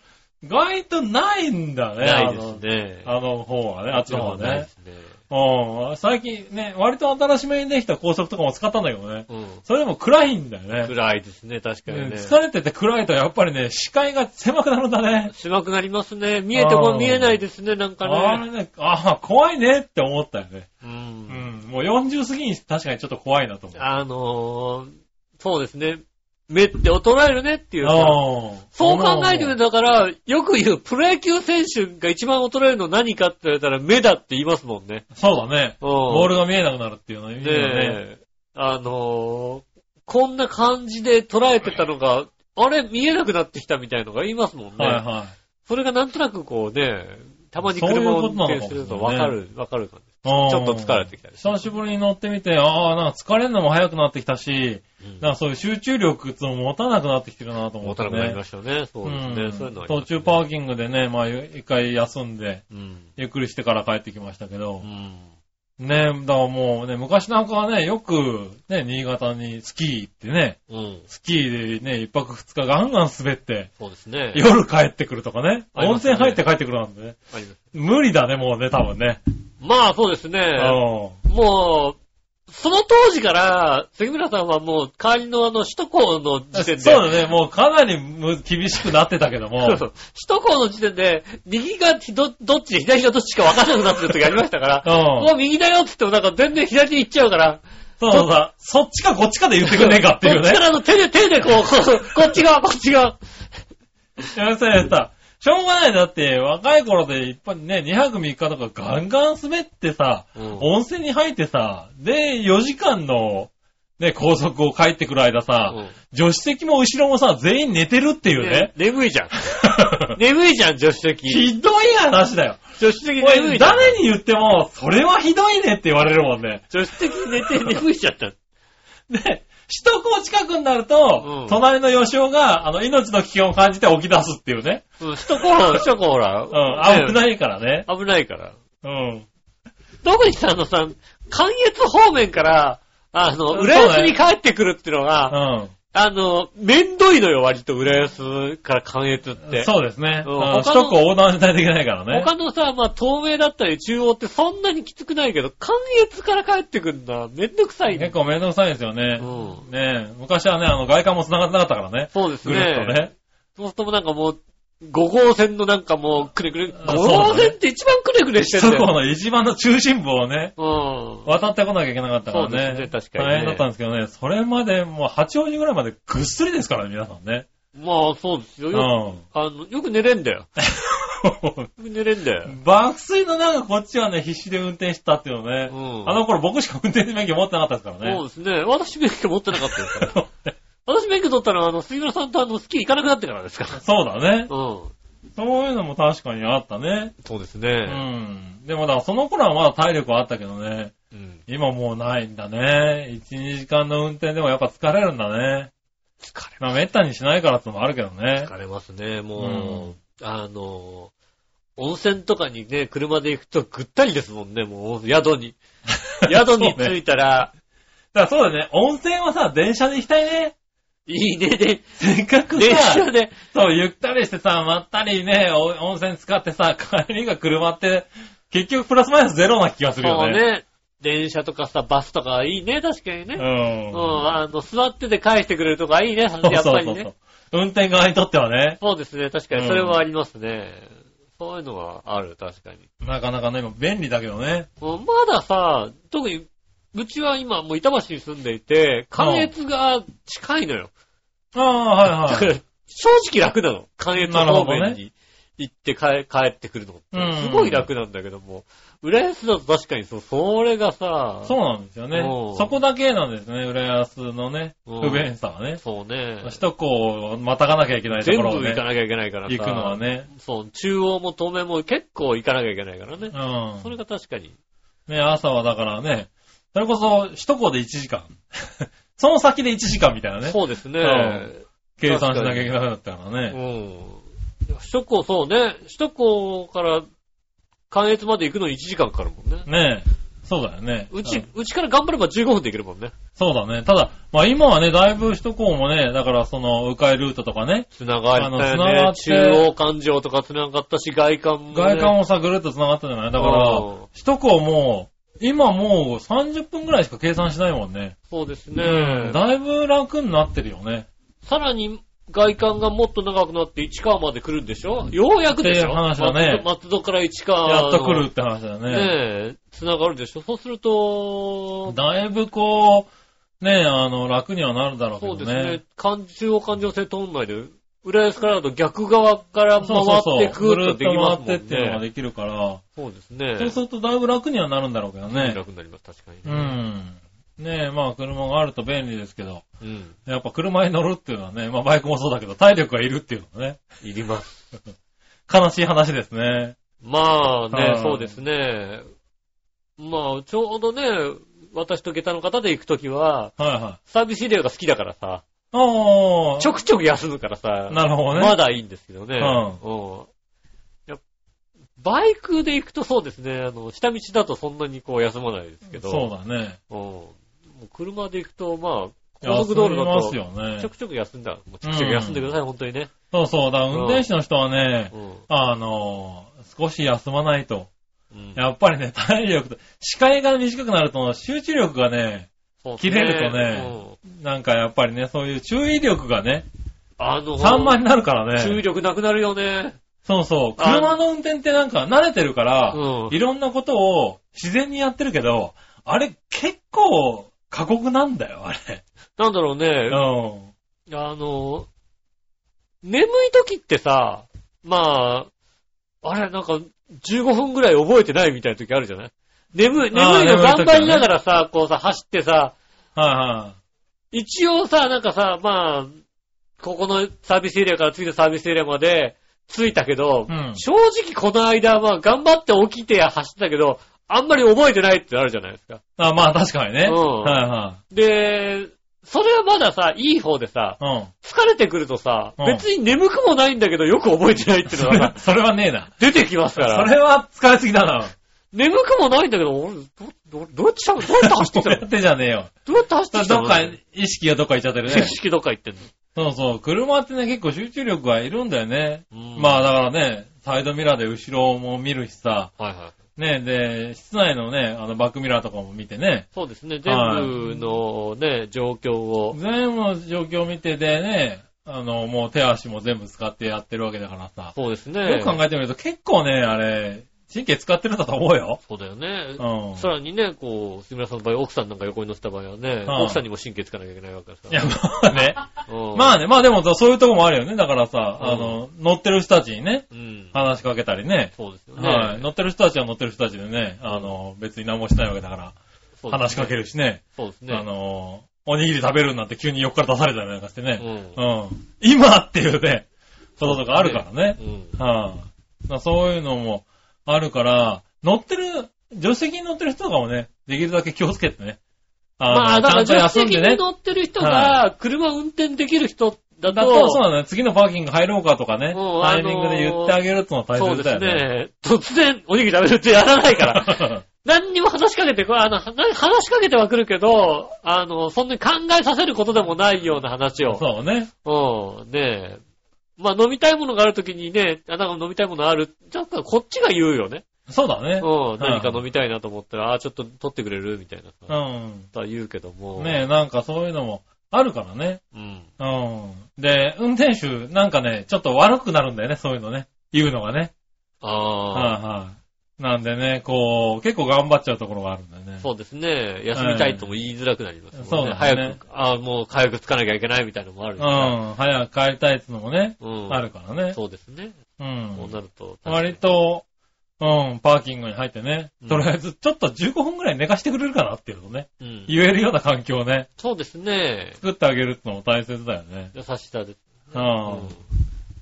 C: 街灯ないんだね。
B: ないですね。
C: あのあの方はね、あっちの方は
B: ないで
C: ね。
B: すね。
C: うん。最近ね、割と新しめにできた高速とかも使ったんだけどね。
B: うん。
C: それでも暗いんだよね。
B: 暗いですね、確かに
C: うん
B: ね。
C: 疲れてて暗いとやっぱりね、視界が狭くなるんだね。
B: 狭くなりますね。見えてこ
C: あー
B: 見えないですね、なんか
C: あ
B: ね。
C: れね、ああ、怖いねって思ったよね。
B: う。
C: うんん。もう40過ぎに確かにちょっと怖いなと思う。
B: あのー、そうですね。目って衰えるねっていうさ。
C: ああ
B: そう考えてみる
C: と。
B: と、だから、よく言う、プロ野球選手が一番衰えるの何かって言われたら、目だって言いますもんね。
C: そうだね。
B: うん。
C: ボールが見えなくなるっていうのは意味
B: ね
C: だね。
B: え。あのーこんな感じで捉えてたのが、あれ、見えなくなってきたみたいのが言いますもんね。
C: はいは
B: それがなんとなくこうね、たまに
C: そうい
B: 車
C: う
B: を
C: こと
B: 運
C: なのかも
B: 転するとわかる、わかる感じ。
C: いうん。
B: ちょっと疲れてきたりして
C: 久しぶりに乗ってみて、ああ、なんか疲れるのも早くなってきたし、
B: うん
C: なんかそういう集中力っていうのも持たなくなってきてるなと思
B: 持
C: って
B: たな
C: ね。
B: くなりましたよね。そうですね。そういうのはありますね、
C: 途中パーキングでね、まあ一回休んで、
B: うん。
C: ゆっくりしてから帰ってきましたけど
B: う、ん。
C: ね、だからもうね、昔なんかはね、よく、ね、新潟にスキー行ってね、
B: うん。
C: スキーでね、一泊二日ガンガン滑って、
B: そうですね。
C: 夜帰ってくるとかね、
B: あり
C: 温
B: ますね
C: 泉入って帰ってくるなんてね、
B: あります
C: 無理だね、もうね、多分ね。
B: まあ、そうです
C: う
B: ね。
C: ん。
B: もう、その当時から、杉村さんはもう、代わりのあの、首都高の時点で、
C: そうだね、もうかなりむ厳しくなってたけど も
B: そう、そう首都高の時点で、右がどどっちで左がどっちか分からなくなってる時ありましたから、
C: うん
B: もう右だよって言ってもなんか全然左に行っちゃうから、
C: そうそうそう。そっちかこっちかで言ってくんねえかってい
B: こ
C: う
B: っ
C: ね
B: ちか。らの手で、手でこう、こうこっち側、こっち側。
C: やめたやめた。しょうがない。だって、若い頃で一般にね、2泊3日とかガンガン滑ってさ、
B: うん
C: 温泉に入ってさ、で、4時間の、ね、高速を帰ってくる間さ、
B: うん
C: 助手席も後ろもさ、全員寝てるっていうね。
B: 眠いじゃん。眠いじゃん、助手席。
C: ひどい話だよ。
B: 助手席
C: こ
B: 眠
C: れ
B: いじゃん。
C: 誰に言っても、それはひどいねって言われるもんね。
B: 助手席寝て眠いちゃった。
C: で、首都高近くになると、
B: うん
C: 隣の吉尾が、あの、命の危険を感じて起き出すっていうね。
B: うん、首都高なの、首都高ほら。
C: うん、危
B: い。
C: ないからね。
B: 危ないから。
C: うん。
B: 特にさ、あのさ、関越方面から、あの、
C: そうね
B: 浦安に帰ってくるっていうの
C: う
B: が、
C: ん。
B: あの、めんどいのよ、割と浦安から関越って。
C: そうですね。
B: うん
C: うん
B: 他の
C: 首都高横断しないといけないからね。
B: 他のさ、まあ、東名だったり中央ってそんなにきつくないけど、関越から帰ってくるんだ。めんどくさい
C: 結
B: ね。
C: 構面倒くさいですよね。
B: うん
C: ねえ昔はね、あの、外観も繋がってなかったからね。
B: そうです
C: ぐるっと
B: ね。
C: ね。
B: そうするともうなんかもう、5号線のなんかもう、くねくね、
C: あ
B: 5
C: そうだね
B: 号線って一番くねくねして
C: 首
B: るん
C: 都
B: だ
C: 高
B: よ。
C: の一番の中心部をね、
B: うん。
C: 渡ってこなきゃいけなかったからね。
B: そうですね確かにね
C: 大変だったんですけどね、それまでもう八王子ぐらいまでぐっすりですからね、皆さんね。
B: まあ、そうですよ。
C: う
B: よ
C: ん。
B: あの、よく寝れんだよ。よく寝れんだよ。
C: 爆睡のなんかこっちはね、必死で運転してたっていうのね。
B: うん
C: あの頃僕しか運転免許持ってなかったですから
B: そう
C: ね。
B: ですね。私免許持ってなかったです から。私免許取ったのは、あの、杉村さんとあの、スキー行かなくなってからです から。
C: そうだね。
B: うん。
C: そういうのも確かにあったね。
B: そうです
C: う
B: ね。
C: ん。でもだからその頃はまだ体力はあったけどね。
B: うん。
C: 今もうないんだね。1、2時間の運転でもやっぱ疲れるんだね。
B: 疲れ
C: まあ滅多にしないからってのもあるけどね。
B: 疲れますね、もう。あの、温泉とかにね、車で行くとぐったりですもんね、もう、宿 に。宿に
C: そう
B: 着
C: ね
B: いたら、
C: だからそうだね。温泉はさ、電車で行きたいね。
B: いいねで、
C: せっかく
B: 電
C: さ
B: 車、で、
C: そう、ゆったりしてさ、まったりね、お温泉使ってさ、帰りが車って、結局プラスマイナスゼロな気がするよ
B: そう
C: ね。
B: ね、電車とかさ、バスとかいいね、確かにね。うん、
C: ん。
B: あの、座ってて返してくれるとかいいね、や
C: そう
B: っ
C: そ
B: ぱ
C: うそ
B: り
C: うそ
B: ね
C: う。。運転側にとってはね、
B: そうですね、確かに、それはありますね。そういうのはある、確かに。
C: なかなかね、便利だけどね。
B: もうまださ、特に、うちは今、もう板橋に住んでいて、関越が近いのよ。
C: ああ、はいはい。
B: 正直楽なの。関越
C: なる
B: 方
C: ほど
B: 面
C: ね
B: に行って帰帰ってくるのって。
C: うん
B: すごい楽なんだけども、浦安だと確かにそう、それがさ、
C: そうなんですよね
B: おう。
C: そこだけなんですね、浦安のね、
B: うん
C: 不便さはね。
B: そうね。
C: 首都高をまたがなきゃいけないと
B: 全
C: こ
B: 部
C: ろを
B: 行
C: ね
B: か、なきゃいけないからさ。
C: 行くのは。ね。
B: そう、中央も東面も結構行かなきゃいけないからね
C: う。
B: それ
C: ん。
B: が確かに。
C: ね、朝はだからね、それこそ首都高で1時間。 その先で1時間みたいなね、
B: そうですね。
C: うん計算しなきゃいけなかったからね。
B: うん。首都高、そうね。首都高から関越まで行くのに1時間かかるもんね。
C: ねえ。そうだよね。
B: う
C: う
B: ち
C: ん、
B: うちから頑張れば15分で行けるもんね。
C: そうだね。ただ、まあ今はね、だいぶ首都高もね、だからその、迂回ルートとかね、
B: 繋がった
C: あの繋が
B: よね
C: っ。て
B: 中央環状とか繋がったし、外観も、ね。
C: 外観もさ、ぐるっと繋がったじゃないだか
B: うん
C: ら、首都高も、今もう30分ぐらいしか計算しないもんね。
B: そうですね。
C: だいぶ楽になってるよね。
B: さらに、外観がもっと長くなって市川まで来るんでしょようやくでし
C: ってい
B: ょ
C: う話だね
B: 松戸松戸から市川の。
C: やっと来るって話だよね。
B: ねえ、繋がるでしょそうすると、
C: だいぶこう、ね、あの、楽にはなるだろうけ
B: そ
C: ど
B: うですね
C: ね。。
B: 環中央環状線通んないで、浦安からだと逆側から回ってく
C: ぐる
B: ると
C: っと
B: できます
C: 回
B: もん
C: ってっていうのが
B: ね。
C: できるから、
B: そうですね。
C: そうするとだいぶ楽にはなるんだろうけどね。
B: 楽になります、確かに。
C: う。ん。ねえ、まあ車があると便利ですけど、
B: うん。
C: やっぱ車に乗るっていうのはね、まあバイクもそうだけど、体力がいるっていうのはね、
B: いります。
C: 悲しい話ですね。
B: まあね
C: う、ん
B: そうですね。まあ、ちょうどね、私と下駄の方で行くときは、
C: はいはい。
B: サービスエリアが好きだからさ、
C: おー。
B: ちょくちょく休むからさ、
C: なるほどね。
B: まだいいんですけどね。
C: う
B: うんやっバイクで行くとそうですね、あの、下道だとそんなにこう休まないですけど。
C: そうだね。
B: うん。もう車で行くと、まあ、高速
C: 休
B: 道路
C: み
B: だ
C: ます
B: と、
C: よ
B: ちょ
C: ね。
B: くちょく休んだ。もうちょくちょく休んでください、本当にね。
C: そうそうだ、運転手の人はね、
B: うん。
C: あの、少し休まないと。
B: うん
C: やっぱりね、体力と、視界が短くなると、集中力がね、
B: そうです
C: 切れるとね
B: うん
C: なんかやっぱりね、そういう注意力がね、
B: あの、
C: 散漫になるから
B: 注意
C: ね。
B: 力なくなるよね。
C: そうそう。
B: あ
C: 車の運転ってなんか慣れてるか
B: う
C: ら、
B: ん。
C: いろんなことを自然にやってるけど、あれ結構過酷なんだよ、あれ。
B: なんだろうね。
C: うん。
B: あの、眠い時ってさ、まあ、あれ、なんか、15分ぐらい覚えてないみたいな時あるじゃない眠い、
C: あ
B: 眠
C: ー
B: いの
C: 眠い
B: 頑
C: 時
B: 張り
C: ね
B: ながらさ、こうさ、走ってさ、
C: は
B: 一応さ、なんかさ、まあ、ここのサービスエリアから次のサービスエリアまで着いたけど、
C: いはい。うん。
B: 正直この間、まあ、頑張って起きて走ったけど、あんまり覚えてないってあるじゃないですか。
C: あまあ確かにね。
B: うん
C: はいは
B: で、それはまださ、いい方でさ、
C: い。うん。
B: 疲れてくるとさ、
C: うん
B: 別に眠くもないんだけどよく覚えてないっていう
C: そ
B: の
C: れ
B: が
C: は、それはねえな。
B: 出てきますから。
C: それは疲れすぎ だな。
B: 眠くもないんだけど、俺、ど、ど、どうやってしゃべどうやって走ってき
C: こう
B: た
C: や
B: の
C: ってじゃね えよ。
B: どうやって走ってきた
C: ど
B: の
C: っか、意識がどっか行っちゃってる
B: 知
C: ね。
B: 識どっか行ってんの。
C: そうそう。車ってね、結構集中力がいるんだよね。
B: うん
C: まあだからね、サイドミラーで後ろも見るしさ、
B: はいはい。
C: ね、で、室内のね、あのバックミラーとかも見てね、
B: そうですね。全部のね、状況を。
C: 全部の状況を見てでね、あの、もう手足も全部使ってやってるわけだからさ、
B: そうですね。
C: よく考えてみると結構ね、あれ、神経使ってるんだと思うよ。
B: そうだよね。
C: うん。
B: さらにね、こう、杉村さんの場合、奥さんなんか横に乗せた場合はね、
C: うん
B: 奥さんにも神経つかなきゃいけないわけだか
C: い
B: ら
C: や、
B: さ。
C: まあね。ま
B: あ、
C: あね、まあでもそういうとこもあるよね。だからさ、
B: うん
C: あの、乗ってる人たちにね、
B: うん。
C: 話しかけたりね。
B: そうですよね。
C: はい。乗ってる人たちは乗ってる人たちでね、あの、別に何もしてないわけだから、
B: そうですね
C: 話しかけるしね。
B: そうですね。
C: あの、おにぎり食べるなんて急に横から出されたりなんかしてね。
B: う
C: うん。今っていうね、こととかあるからね。
B: ん。うん。
C: はい。だからそういうのもあるから、乗ってる、助手席に乗ってる人とかもね、できるだけ気をつけてね。
B: まあ、
C: の
B: だから、
C: ちゃんと
B: 助手
C: 休
B: 席
C: んで
B: に
C: ね。
B: 乗ってる人
C: は
B: が、車運転できる人だ
C: だと、そう
B: と、
C: なんだね。次のパーキング入ろうかとかね、
B: うん
C: タイミングで言ってあげるってのは大
B: そう
C: 切
B: で
C: だ
B: す
C: よね。
B: ね。突然、おにぎり食べるってやらないから。
C: ら。
B: 何にも話しかけてこ、あの、な話しかけてはくるけど、あの、そんなに考えさせることでもないような話を。
C: そうね。
B: うん、ねえ。まあ、飲みたいものがあるときにね、あ、なんか飲みたいものある。ちょっとこっちが言うよね。
C: そうだね。
B: うん、
C: ん
B: 何か飲みたいなと思ったら、あ、ちょっと取ってくれるみたいなさ。
C: う
B: とは言うけども。
C: ん。ねえ、なんかそういうのもあるからね。
B: うん。
C: うん。で、運転手、なんかね、ちょっと悪くなるんだよね、そういうのね。言うのがね。はい
B: ああ、
C: はい。なんでね、こう、結構頑張っちゃうところがあるんだよね。
B: そうですね。休みたいとも言いづらくなりますもんね。
C: そうだ
B: 早
C: ね
B: く、あもう早くつかなきゃいけないみたいなのもあるし
C: う
B: さ
C: ん。早く帰りたいってのもね、
B: うん。
C: あるからね。
B: そうですね。
C: う。
B: そうんなると。
C: 割と、うん、パーキングに入ってね
B: うん。
C: とりあえず、ちょっと15分くらい寝かしてくれるかなっていうのをね。
B: うん。
C: 言えるような環境をね、
B: そうですね。
C: 作ってあげるってのも大切だよね。
B: 優しさで。
C: う
B: うん
C: ん。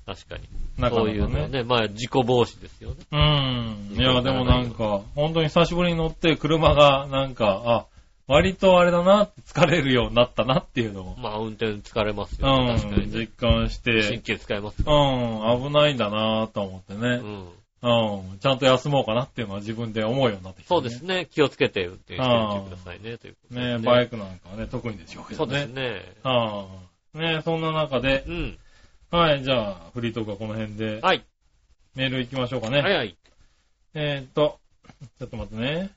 B: 確かに。
C: なか
B: そう
C: な
B: いう
C: か
B: のは
C: ね。
B: ね、まあ自己防止ですよね。
C: うん。いや、でもなんか、本当に久しぶりに乗って車が、なんか、あ、割とあれだな、疲れるようになったなっていうのを、
B: まあ運転疲れます
C: う
B: よね。確か
C: ん、
B: にね。
C: 実感し
B: 神
C: て、
B: 経使えますよ。
C: うん、危ないんだなと思って
B: う
C: ね、
B: ん。
C: うん、ちゃんと休もうかなっていうのは自分で思うようになってきて、
B: そうです。ね。気をつけて運転してみてくださいね。ということで
C: ねバイクなんかはね、特にでしょうけ
B: そ
C: ど
B: うです
C: ね。
B: ね。
C: うん。ねそんな中で
B: う、ん。
C: はい、じゃあ、フリートークはこの辺で、
B: はい。
C: メール行きましょうかね。
B: はいはい。
C: えーっと、ちょっと待ってね。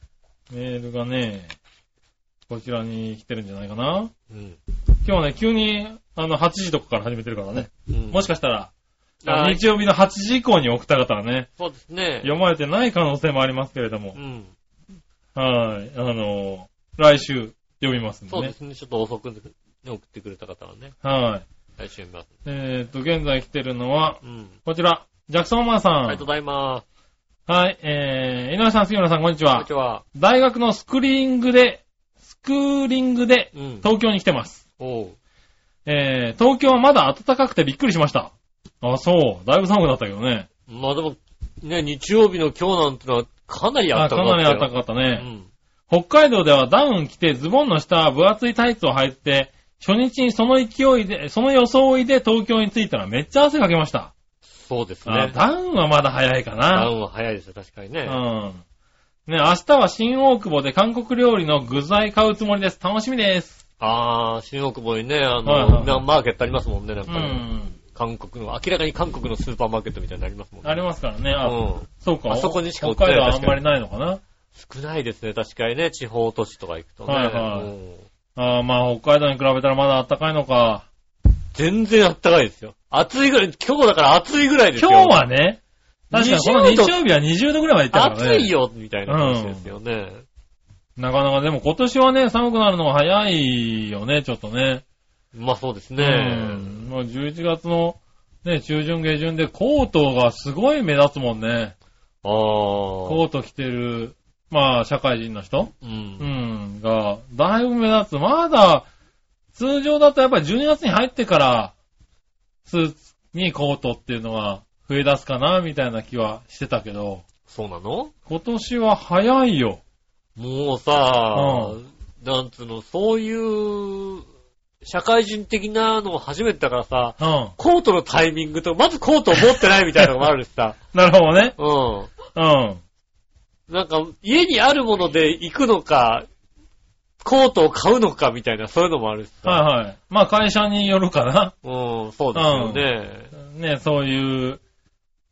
C: メールがね、こちらに来てるんじゃないかな。
B: うん。
C: 今日はね、急に、あの、8時とかから始めてるからね。
B: うん
C: もしかしたら、
B: はい
C: 日曜日の8時以降に送った方はね、
B: そうですね。
C: 読まれてない可能性もありますけれども
B: う、ん。
C: はい、あの来週読みますんで
B: そうで
C: ね。
B: すね。ちょっと遅くに送ってくれた方はね、
C: は
B: 来
C: い。
B: 週見ます。
C: えーっと、現在来てるのは、
B: うん。
C: こちら、ジャクソンマンさん。
B: ありがとうございます。
C: はい、えー、井上さん、杉村さん、こんにち
B: こん
C: は
B: にち。は。
C: 大学のスクリーニングで、スクーリングで、
B: うん。
C: 東京に来てます。
B: おう。
C: えー、東京はまだ暖かくてびっくりしました。あ、そう。だいぶ寒くなったけどね。
B: まあでも、ね、日曜日の今日なんてのはかなり暖
C: あ
B: か
C: か
B: かったよ。
C: なり暖かかった
B: う
C: ね、
B: ん。
C: 北海道ではダウン着てズボンの下は分厚いタイツを履いて、初日にその勢いで、その装いで東京に着いたらめっちゃ汗かけました。
B: そうです
C: あ
B: ね。
C: ダウンはまだ早いか
B: ダ
C: な。
B: ウンは早いですよ、確かにね。
C: うん。ね、明日は新大久保で韓国料理の具材買うつもりです。楽しみです。
B: あー、新大久保にね、あ
C: はいはいは
B: の、
C: い
B: なマーケットありますもんね、なん
C: う
B: かね。
C: ん。
B: 韓国の、明らかに韓国のスーパーマーケットみたいになりますもんね。
C: ありますからね。あ、
B: うん。
C: そうか。
B: あそこにしか売って
C: 北
B: ない
C: 海道はあんまりないのかな。
B: 少ないですね、確かにね。地方都市とか行くとね。
C: はいはい
B: うん
C: あーまあ北海道に比べたらまだ暖かいのか。
B: 全然暖かいですよ。暑いぐらい、今日だから暑いぐらいです
C: 今
B: よ。
C: 日はね、確かにこの
B: 20
C: 日
B: 度
C: 曜日は20度ぐらいまで行ったからね。
B: 暑いよ、みたいな話ですよね。
C: なかなか、でも今年はね、寒くなるのが早いよね、ちょっとね。
B: まあそうです
C: う
B: ね。
C: ん。もう11月の、ね、中旬下旬でコートがすごい目立つもんね。
B: ああ。
C: コート着てる、まあ、社会人の人
B: う。
C: うんん、が、だいぶ目立つ。まだ、通常だとやっぱり12月に入ってから、スーツにコートっていうのが増え出すかな、みたいな気はしてたけど、
B: そうなの
C: 今年は早いよ。
B: もうさ
C: う、
B: なんつうの、そういう、社会人的なのを初めてだからさ、
C: うん。
B: コートのタイミングと、まずコートを持ってないみたいなのもあるし さ、
C: なるほどね。
B: うん。
C: うん。
B: なんか、家にあるもので行くのか、コートを買うのかみたいな、そういうのもあるしさ。
C: はいはい。まあ会社によるかな。
B: うん、そうですよね。
C: ね、そういう、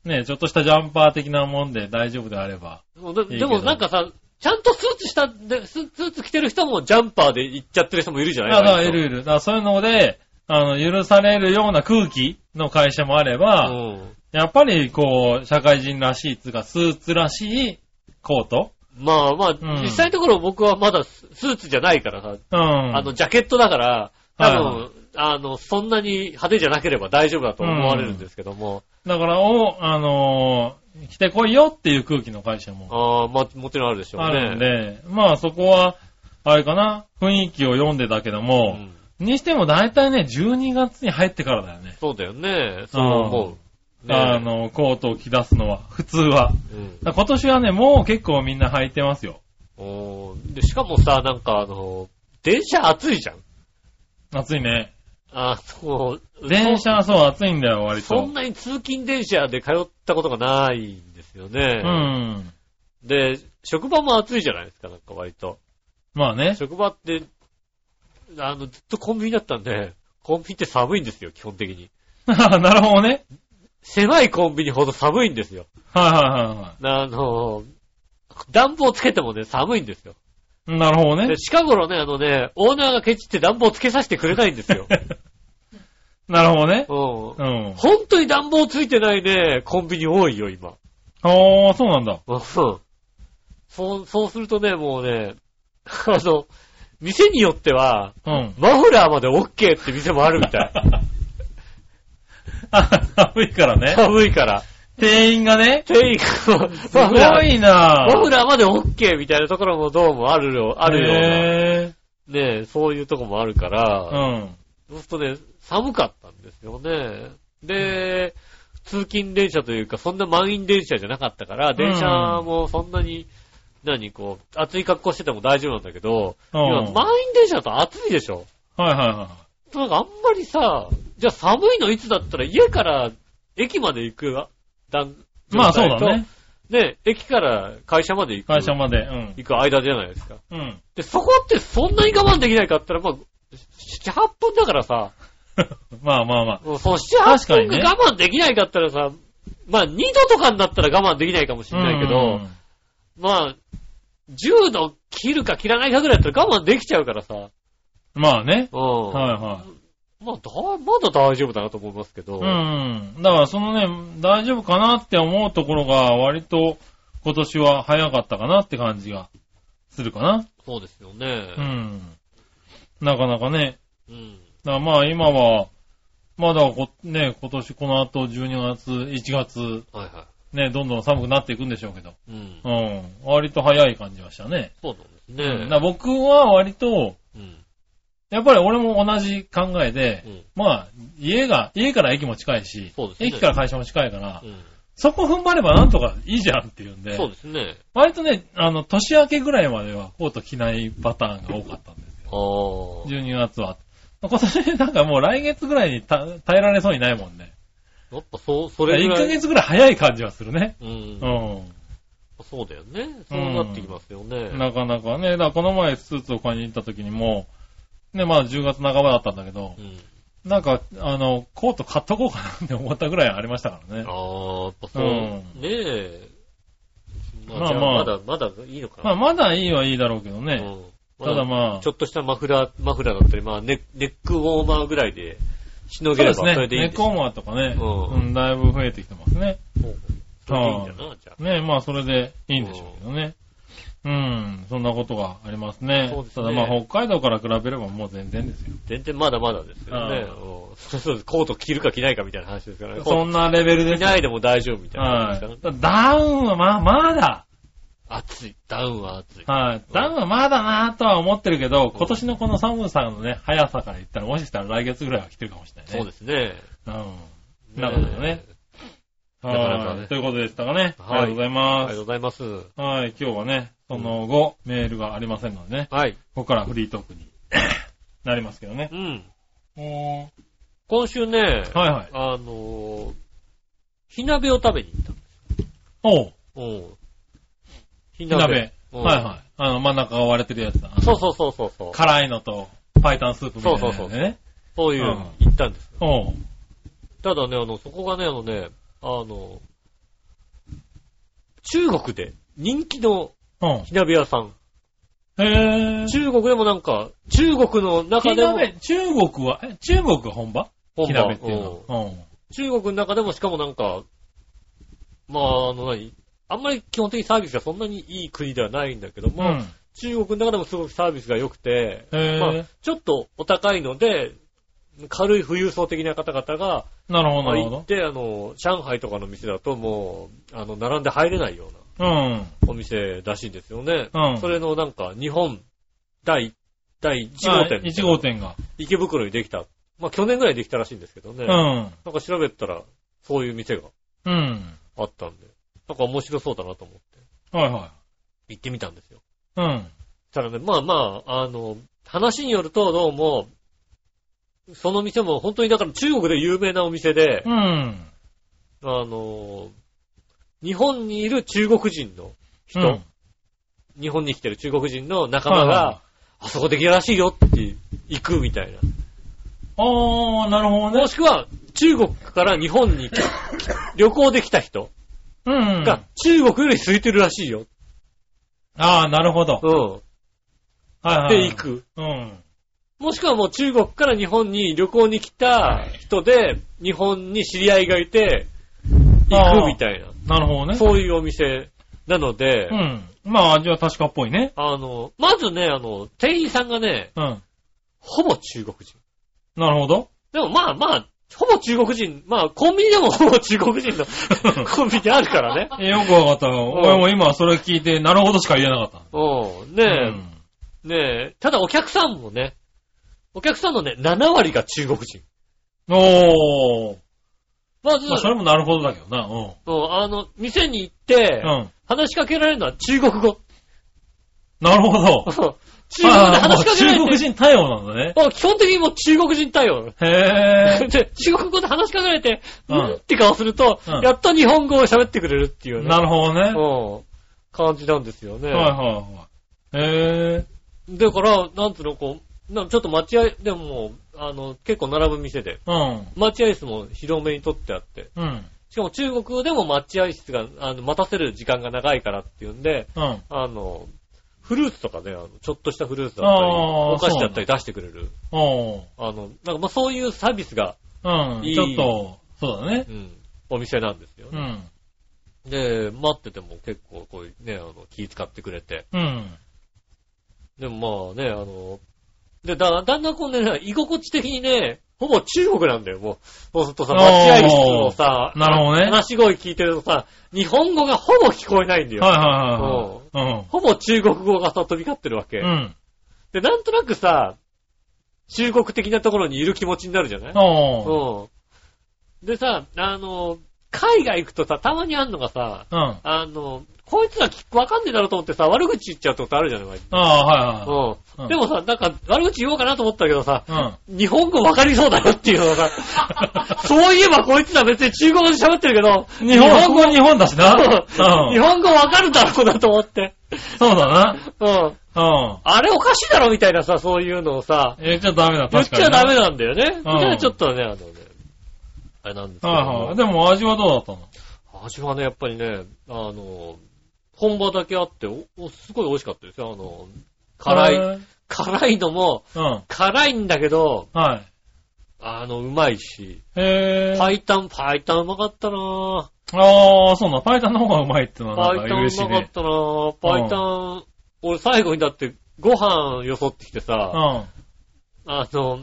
C: ね、ちょっとしたジャンパー的なもんで大丈夫であれば。
B: もうで
C: いいけ
B: で
C: ど
B: もなんかさ、ちゃんとスーツしたでス、スーツ着てる人もジャンパーで行っちゃってる人もいるじゃ
C: だ
B: な
C: か
B: い
C: ら、いるいる。だからそういうので、あの、許されるような空気の会社もあれ
B: う
C: ば、
B: ん。
C: やっぱりこう、社会人らしい、つうか、スーツらしいコート
B: まあまあ、
C: ん
B: 実際のところ僕はまだススーツじゃないからさ、
C: うん。
B: あの、ジャケットだから、多分、
C: はい
B: あの、そんなに派手じゃなければ大丈夫だと思われるんですけども、
C: だから、お、あのー来てこいよっていう空気の会社も
B: ああ、まあ、もちろんあるでしょうね。
C: あるんで、まあそこは、あれかな、雰囲気を読んでたけど
B: う
C: も、
B: ん
C: にしても大体ね、12月に入ってからだよね。
B: そうだよね。そう思う。ね
C: あの、コートを着出すのは、普通は。
B: うん
C: だから今年はね、もう結構みんな履いてますよ。
B: おーで、しかもさ、なんかあの、電車暑いじゃん。
C: 暑いね。
B: あ、そう。
C: 電車はそう暑いんだよ、
B: そ
C: 割
B: そ
C: と
B: ん。なに通勤電車で通ったことがないんですよね。
C: うん。
B: で、職場も暑いじゃないですか、なんか割と。
C: まあね。
B: 職場って、あの、ずっとコンビニだったんで、コンビニって寒いんですよ、基本的に。
C: なるほどね。
B: 狭いコンビニほど寒いんですよ。
C: はいはいはいは
B: あの、暖房つけてもね、寒いんですよ。
C: い。なるほどね
B: で、。近頃ね、あのね、オーナーがケチって暖房つけさせてくれないんですよ。
C: なるほどね。
B: う。
C: うんん。
B: 本当に暖房ついてないね、コンビニ多いよ、今。
C: ああ、そうなんだ。
B: うん。そう、そうするとね、もうね、 あの、店によっては、
C: うん。
B: マフラーまで OK って店もあるみたい。
C: あ寒いからね。
B: 寒いから。
C: 店員がね。
B: 店員が、
C: す
B: マフ
C: ご
B: ラー、
C: いな
B: マフラーまで OK みたいなところもどうもあるよ、あるよ
C: へ
B: うな。ねそういうとこもあるか
C: え
B: ら、
C: うん。
B: そうするとね、寒かったんですよね。で、通勤電車というか、そんな満員電車じゃなかったから、電車もそんなに、何、こう、暑い格好してても大丈夫なんだけど、
C: うん。
B: 今、満員電車だと暑いでしょ。
C: はいはいはい。
B: なんかあんまりさ、じゃあ寒いのいつだったら家から駅まで行くわ段
C: まあそうだね。。
B: 状態とね、駅から会社まで行く。
C: 会社まで。うん。
B: 行く間じゃないですか。
C: うん。
B: で、そこってそんなに我慢できないかって言ったら、まあ、7、8分だからさ、
C: まあまあまあ。
B: もうその7、
C: 確か
B: 8
C: にね
B: 分が我慢できないかったらさ、まあ2度とかになったら我慢できないかもしれないけ
C: う
B: ど、
C: ん
B: まあ、10度切るか切らないかぐらいだったら我慢できちゃうからさ、
C: まあね。
B: うん。
C: はいはい。
B: まあ、だ、まだ大丈夫だなと思いますけど、
C: うん。だからそのね、大丈夫かなって思うところが割と今年は早かったかなって感じがするかな。
B: そうですよね。
C: うん。なかなかね。
B: うん。
C: だからまあ今は、まだこ、ね、今年この後12月、1月、
B: はいは
C: ね、どんどん寒くなっていくんでしょうけど。
B: い。うん
C: う。ん。割と早い感じはしたね。
B: そうなんです
C: うんだか
B: ね。
C: ら僕は割と、
B: うん。
C: やっぱり俺も同じ考えで、
B: うん
C: まあ、家が、家から駅も近いし、
B: そうですね
C: 駅から会社も近いから、
B: うん。
C: そこ踏ん張ればなんとかいいじゃんっていうんで、
B: そうですね。
C: 割とね、あの、年明けぐらいまではコート着ないパターンが多かったんですよ。
B: ああ。
C: 12月は。今年なんかもう来月ぐらいにた耐えられそうにないもんね。
B: やっぱそう、それぐ
C: 1
B: ら
C: ヶ
B: い。
C: 月ぐらい早い感じはするね。
B: う。
C: うんん。
B: そうだよね。そうなってきますよね。
C: なかなかね、だからこの前スーツを買いに行った時にも、ね、まあ10月半ばだったんだけど
B: う、ん。
C: なんか、あの、コート買っとこうかなって思ったぐらいありましたからね。
B: ああ、やっぱそう。
C: うん
B: ねえ。まあ、
C: まあ
B: じゃあ
C: ま
B: ま
C: あ
B: だ、まだいいのか
C: まあ
B: な。
C: まだいいはいいだろうけど
B: う
C: ね。
B: ん。
C: ただまあ
B: ちょ、っとしたマフラー、マフラーだったり、まあネ、ネックウォーマーぐらいで、しのげれば、そ
C: ね。
B: れでいい
C: ネ
B: ん
C: ッ
B: で
C: ク
B: す
C: ウォ
B: よ
C: ーマーとかね、
B: うん
C: うん、だいぶ増えてきてますね。
B: そうそれでいいんだな、じゃあ。
C: ね、まあそれでいいんでしょうけどね。うん、そんなことがありますね。
B: そうです
C: た
B: ね
C: だまあ北海道から比べればもう全然ですよ。
B: 全然まだまだですよね。
C: ああ
B: うん そうそうコート着るか着ないかみたいな話ですからね。
C: そ
B: コー
C: んなレベル
B: ト
C: で
B: 着
C: すよ。
B: ないでも大丈夫みたいな話
C: は
B: で
C: い
B: すからね。。
C: ただダウンはまあ、まだ。
B: 暑い。ダウンは暑い。
C: はい。ダウンはまだなぁとは思ってるけど、今年のこの寒さのね、速さから言ったら、もしかしたら来月ぐらいは来てるかもしれないね。
B: そうですね。
C: うん。なるほどね。
B: なかなか
C: は
B: ね
C: い。ということでしたかね。
B: はい
C: ありがとうござい
B: あり
C: ま
B: がと
C: す。
B: うございます。
C: はい。今日はね、その後、メールがありませんのでね、
B: はい。
C: ここからフリートークに なりますけどね
B: う。ん。
C: お
B: 今週ね、
C: ーはいはい。
B: あのー、火鍋を食べに行った。
C: おう、
B: うん。火
C: 火鍋。
B: うん
C: はいはい。あの、真ん中が割れてるやつだ。
B: そうそうそうそうそう。
C: 辛いのと、白湯スープみたいなやつ
B: そうそう
C: でね。
B: そういう
C: う
B: の
C: ん
B: 行ったんです。
C: おう。
B: ただね、あの、そこがね、あのね、あの、中国で人気の
C: うん。
B: 火鍋屋さん。
C: へぇー。
B: 中国でもなんか、中国の中
C: 火
B: でも、
C: 鍋、中国は、え、中国が本場
B: 本
C: 火
B: 場
C: 鍋っていう
B: うん
C: のは。うん。
B: 中国の中でもしかもなんか、まあ、あの何、あんまり基本的にサービスがそんなにいい国ではないんだけども、
C: うん。
B: 中国の中でもすごくサービスが良くて、
C: へ
B: まあ
C: ぇ、
B: ちょっとお高いので、軽い富裕層的な方々が、
C: ー。なるほど、
B: まあ
C: なる
B: 行っ
C: ほ
B: て、あの、上海とかの店だともう、あの、並んで入れないような
C: ど。うん。
B: お店らしいんですよね。
C: うん
B: それのなんか、日本第、第1号
C: あ
B: 店。
C: 1号。店が。
B: 池袋にできた。まあ、去年ぐらいできたらしいんですけどね。
C: うん。
B: なんか調べたら、そういう店が
C: うん。
B: あったんで、なんか面白そうだなと思って、
C: はいは
B: 行ってみたんですよ。
C: い。うん。
B: ただね、まあまあ、あの、話によるとどうも、その店も本当にだから中国で有名なお店で、
C: うん。
B: あの、日本にいる中国人の人、
C: うん
B: 日本に来てる中国人の仲
C: は
B: 間
C: いは
B: が、あそこできるらしいよって行くみたいな。
C: あー、なるほどね
B: も。しくは、中国から日本 に来旅行できた人
C: うん。
B: が中国より空いてるらしいよ。
C: あー、なるほど。
B: うん。
C: はいはい。
B: で行。く。
C: うん。
B: もしくはもう中国から日本に旅行に来た人で、日本に知り合いがいて、行くみたいな。
C: なるほどね。
B: そういうお店なので、
C: うん。まあ、味は確かっぽいね。
B: あの、まずね、あの、店員さんがね、
C: うん。
B: ほぼ中国人。
C: なるほど。
B: でもまあまあ、ほぼ中国人、まあコンビニでも ほぼ中国人のコンビニあるからね。
C: えよくわかった。俺も今それ聞いて、なるほどしか言えなかっ
B: うん。ね
C: た。
B: え、ねえ、ただお客さんもね、お客さんのね、7割が中国人。
C: うん。おー。
B: まず、
C: まあ、それもなるほどだけどな。うん。
B: うんあの、店に行って、
C: うん。
B: 話しかけられるのは中国語。
C: なるほど。
B: 中国語で話しかけられ
C: あーもう中
B: る
C: 国。人対応なんだね。
B: うん基本的にもう中国人対応。
C: へ
B: で、中国語で話しかけられて、う
C: うん
B: んって顔すると、
C: うん
B: やっと日本語を喋ってくれるっていう
C: ー。
B: ね。
C: なるほどね。は
B: うん。感じなんですよね。
C: いはいはい。へ
B: だから、なんつうの、こう、なちょっと待合、でももう、あの、結構並ぶ店で、
C: ー。うん。
B: 待合室も広めに取ってあって、
C: うん。
B: しかも中国でも待合室が、あの、待たせる時間が長いからっていうんで、
C: うん。
B: あの、フルーツとかね、あのちょっとしたフルーツだった
C: あ
B: り、
C: ー
B: お菓子だったり出してくれる。
C: おー。
B: あの、なんかまあそういうサービスが、
C: うん。
B: いい
C: ちょっと、そうだね
B: う。ん、お店なんですよ
C: う
B: ね、
C: ん。
B: で、待ってても結構こういうね、あの、気使ってくれて、
C: うん。
B: でもまあね、あの、で、だ、だんだんこうね、居心地的にね、ほぼ中国なんだよ、もう。そうするとさ、
C: おー
B: 待合室のさ、
C: なるほどね
B: 話し声聞いてるとさ、日本語がほぼ聞こえないんだよ。
C: はいはいはいはい。
B: ほぼ中国語がさ、飛び交ってるわけ。
C: うん。うん。
B: で、なんとなくさ、中国的なところにいる気持ちになるじゃない
C: おー。
B: うん。でさ、あの、海外行くとさ、たまにあんのがさ、
C: うん。あ
B: あの、こいつらきわかんねえだろうと思ってさ、悪口言っちゃうってことあるじゃない割と
C: あー、は
B: う。
C: うんん
B: でもさ、なんか、悪口言おうかなと思ったけどさ
C: い、は
B: 日本語わかりそうだよっていうのが さ、そういえばこいつら別に中国語で喋ってるけど、
C: い。うん。日本語は日本だしな。う
B: 語、日
C: ん。
B: 本語わかるだろうなと思って、
C: そうだな。
B: うん。
C: うん。
B: あれおかしいだろみたいなさ、そういうのをさ、
C: え、じゃあダメだ、
B: 言っ
C: 確
B: ち
C: かに
B: ゃ
C: な。
B: ダメなんだよね。
C: うん
B: でちょっとね、あのね、あれなんですけども、
C: はいはい。でも味はどうだったの
B: 味はね、やっぱりね、あの、本場だけあって、おおすごい美味しかったですよ。あの、辛い、
C: い。
B: 辛いのも、
C: うん。
B: 辛いんだけど、
C: はい。
B: あの、うまいし、
C: へぇー。
B: 白湯、白湯うまかったなぁ。
C: ああ、そうな。パイタンの方がうまいってのはなん
B: 白
C: か
B: 湯
C: 嬉し
B: う
C: い
B: まかっ
C: ね。
B: たなぁ。白俺最後にだってご飯よそってきて
C: う
B: さ、
C: ん。
B: あの、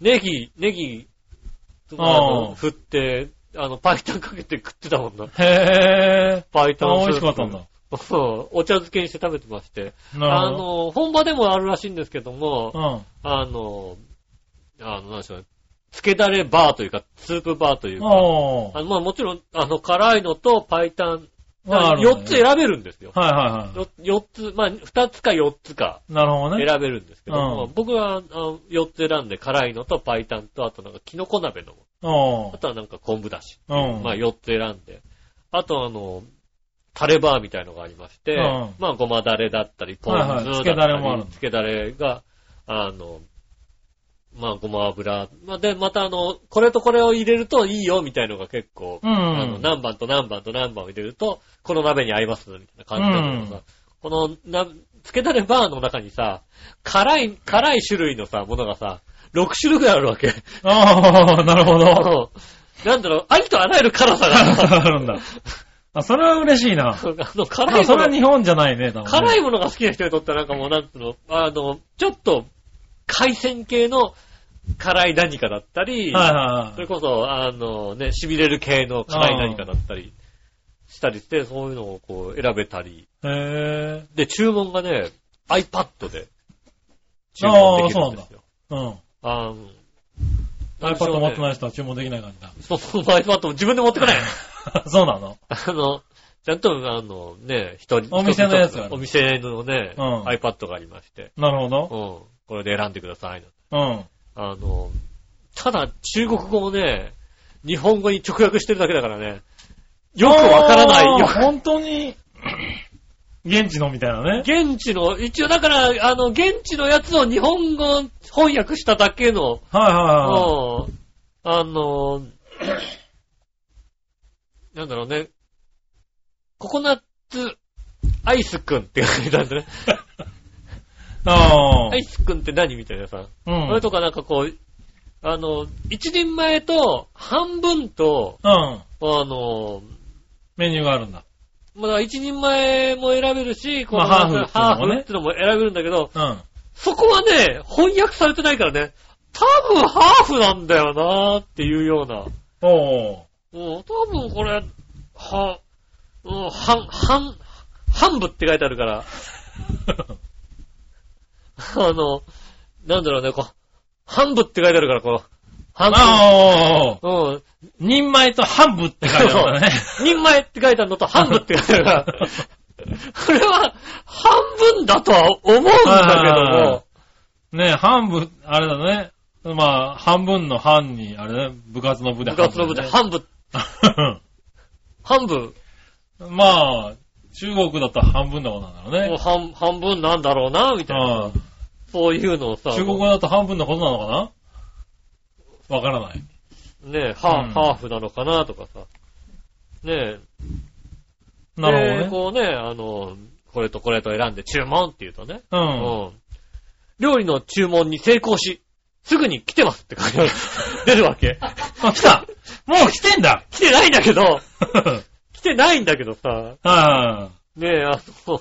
B: ネギ、ネギ、あ
C: うん
B: の、振って、あの、パイタンかけて食ってたもんな。
C: へ
B: パイ
C: ぇー。
B: タン
C: あ
B: スープ
C: 美味しかったんだ。。
B: そう、お茶漬けにして食べてまして。
C: な
B: あ
C: るほ
B: の、本場でもあるらしいんですけども、
C: ど。
B: あの、あの、なんでしょうね。つけだれバーというか、スープバーという
C: うん。
B: か、
C: おー
B: あ。の、まあもちろん、あの、辛いのと白湯、
C: まあ
B: 4つ
C: はい
B: 選べるんですよ。
C: はいは
B: よ4つ、まあ2つか4つか
C: い。なるほど
B: 選
C: ね。
B: べるんですけども、
C: うん
B: 僕はあの4つ選んで辛いのと白湯と、あとなんかキノコ鍋の、
C: お
B: あ
C: ー。
B: とはなんか昆布だし、
C: うん。
B: まあ4つ選んで、あとあの、タレバーみたいのがありまして、
C: うん
B: まあごまだれだったり、ポン酢だったり、
C: はいはいつけだれもある
B: つけだれが、あの、まあごま油、まあで、またあの、これとこれを入れるといいよみたいのが結構、
C: うん
B: あの、何番と何番と何番を入れると、この鍋に合います、みたいな感じなんだけどさ、この、な、つけだれバーの中にさ、辛い、辛い種類のさ、ものがさ、6種類ぐらいあるわけ。
C: ああ、なるほ
B: あ
C: ど。
B: のなんだろう、ありとあらゆる辛さ が。
C: あるんだ。あ、それは嬉しいな。
B: あの、
C: ま
B: 辛
C: あ、
B: い
C: そ
B: も
C: れは
B: の、
C: 日本じゃないね、多分ね。
B: 辛いものが好きな人にとってはなんかもうなんつうの、あの、ちょっと、海鮮系の辛い何かだったり、
C: はいはい
B: そ
C: は
B: れ
C: い。
B: こそ、あのね、痺れる系の辛い何かだったりしたりして、そういうのをこう選べたり。
C: へ
B: で、注文がね、iPad で注文できるんですよ。
C: ぇー。うん。
B: あの、
C: iPad 持って
B: い。
C: ない人は注文できない感じだ。
B: そうそう、iPad も自分で持ってこない。
C: そうなの
B: あの、ちゃんと、あの、ね、一人、
C: お店のやつがある
B: お店のね、
C: うん
B: iPad がありまして、
C: なるほ
B: うん、
C: ど。
B: これで選んでください。
C: うん。
B: あの、ただ、中国語をね、日本語に直訳してるだけだからね、よくわからない。よ
C: あ
B: く
C: ー本当に、現地のみたいなね。
B: 現地の、一応だから、あの、現地のやつを日本語翻訳しただけの、
C: はいは
B: うんあの、 なんだろうね、ココナッツアイスくんって書いてあるんだ ね。
C: いはい。あ
B: アイスくんって何みたいなさ。
C: あ。うん。
B: それとかなんかこう、あの、一人前と半分と、
C: うん。
B: あの、
C: メニューがあるんだ。
B: まあだから一人前も選べるし、この
C: まあ
B: なんか
C: ハーフ
B: ハーフっ
C: って
B: のも選べるんだけど、
C: うん。
B: そこはね、翻訳されてないからね、多分ハーフなんだよなーっていうような。
C: おー。
B: もう多分これ、は、うん、半、半、半部って書いてあるから、 あの、なんだろうね、こう、半部って書いてあるから、この、半
C: ああ。
B: 部、うん、
C: 人前と半分って書いてあるんだね。
B: 人前って書いてあるのと半部って書いてある から、これは半分だとは思うんだ
C: ねえ、半分、あれだね。まあ、半分の半に、あれね、部活の部
B: け
C: で
B: ども、部活の部で半部、
C: 半
B: 半分、
C: 分ね まあ、中国だったら半分のことなんだろう
B: もう
C: ね。
B: 半、半分なんだろうな、みたいな。
C: ああ
B: そういうのをさ、
C: 中国語だと半分のことなのかなわからない。
B: ねえ、ハー,、
C: うん
B: ハーフなのかな、とかさ。ねえ、
C: なる
B: で
C: ほ
B: こうね、あの、これとこれと選んで注文って言うとね。う
C: どね。
B: 料理の注文に成功し、すぐに来てますって書いてある出るわけ。
C: うん。あ、来たもう来て んだ
B: 来てないんだけど、
C: はい
B: 来てないんだけどさ、
C: は
B: ねえ、あの、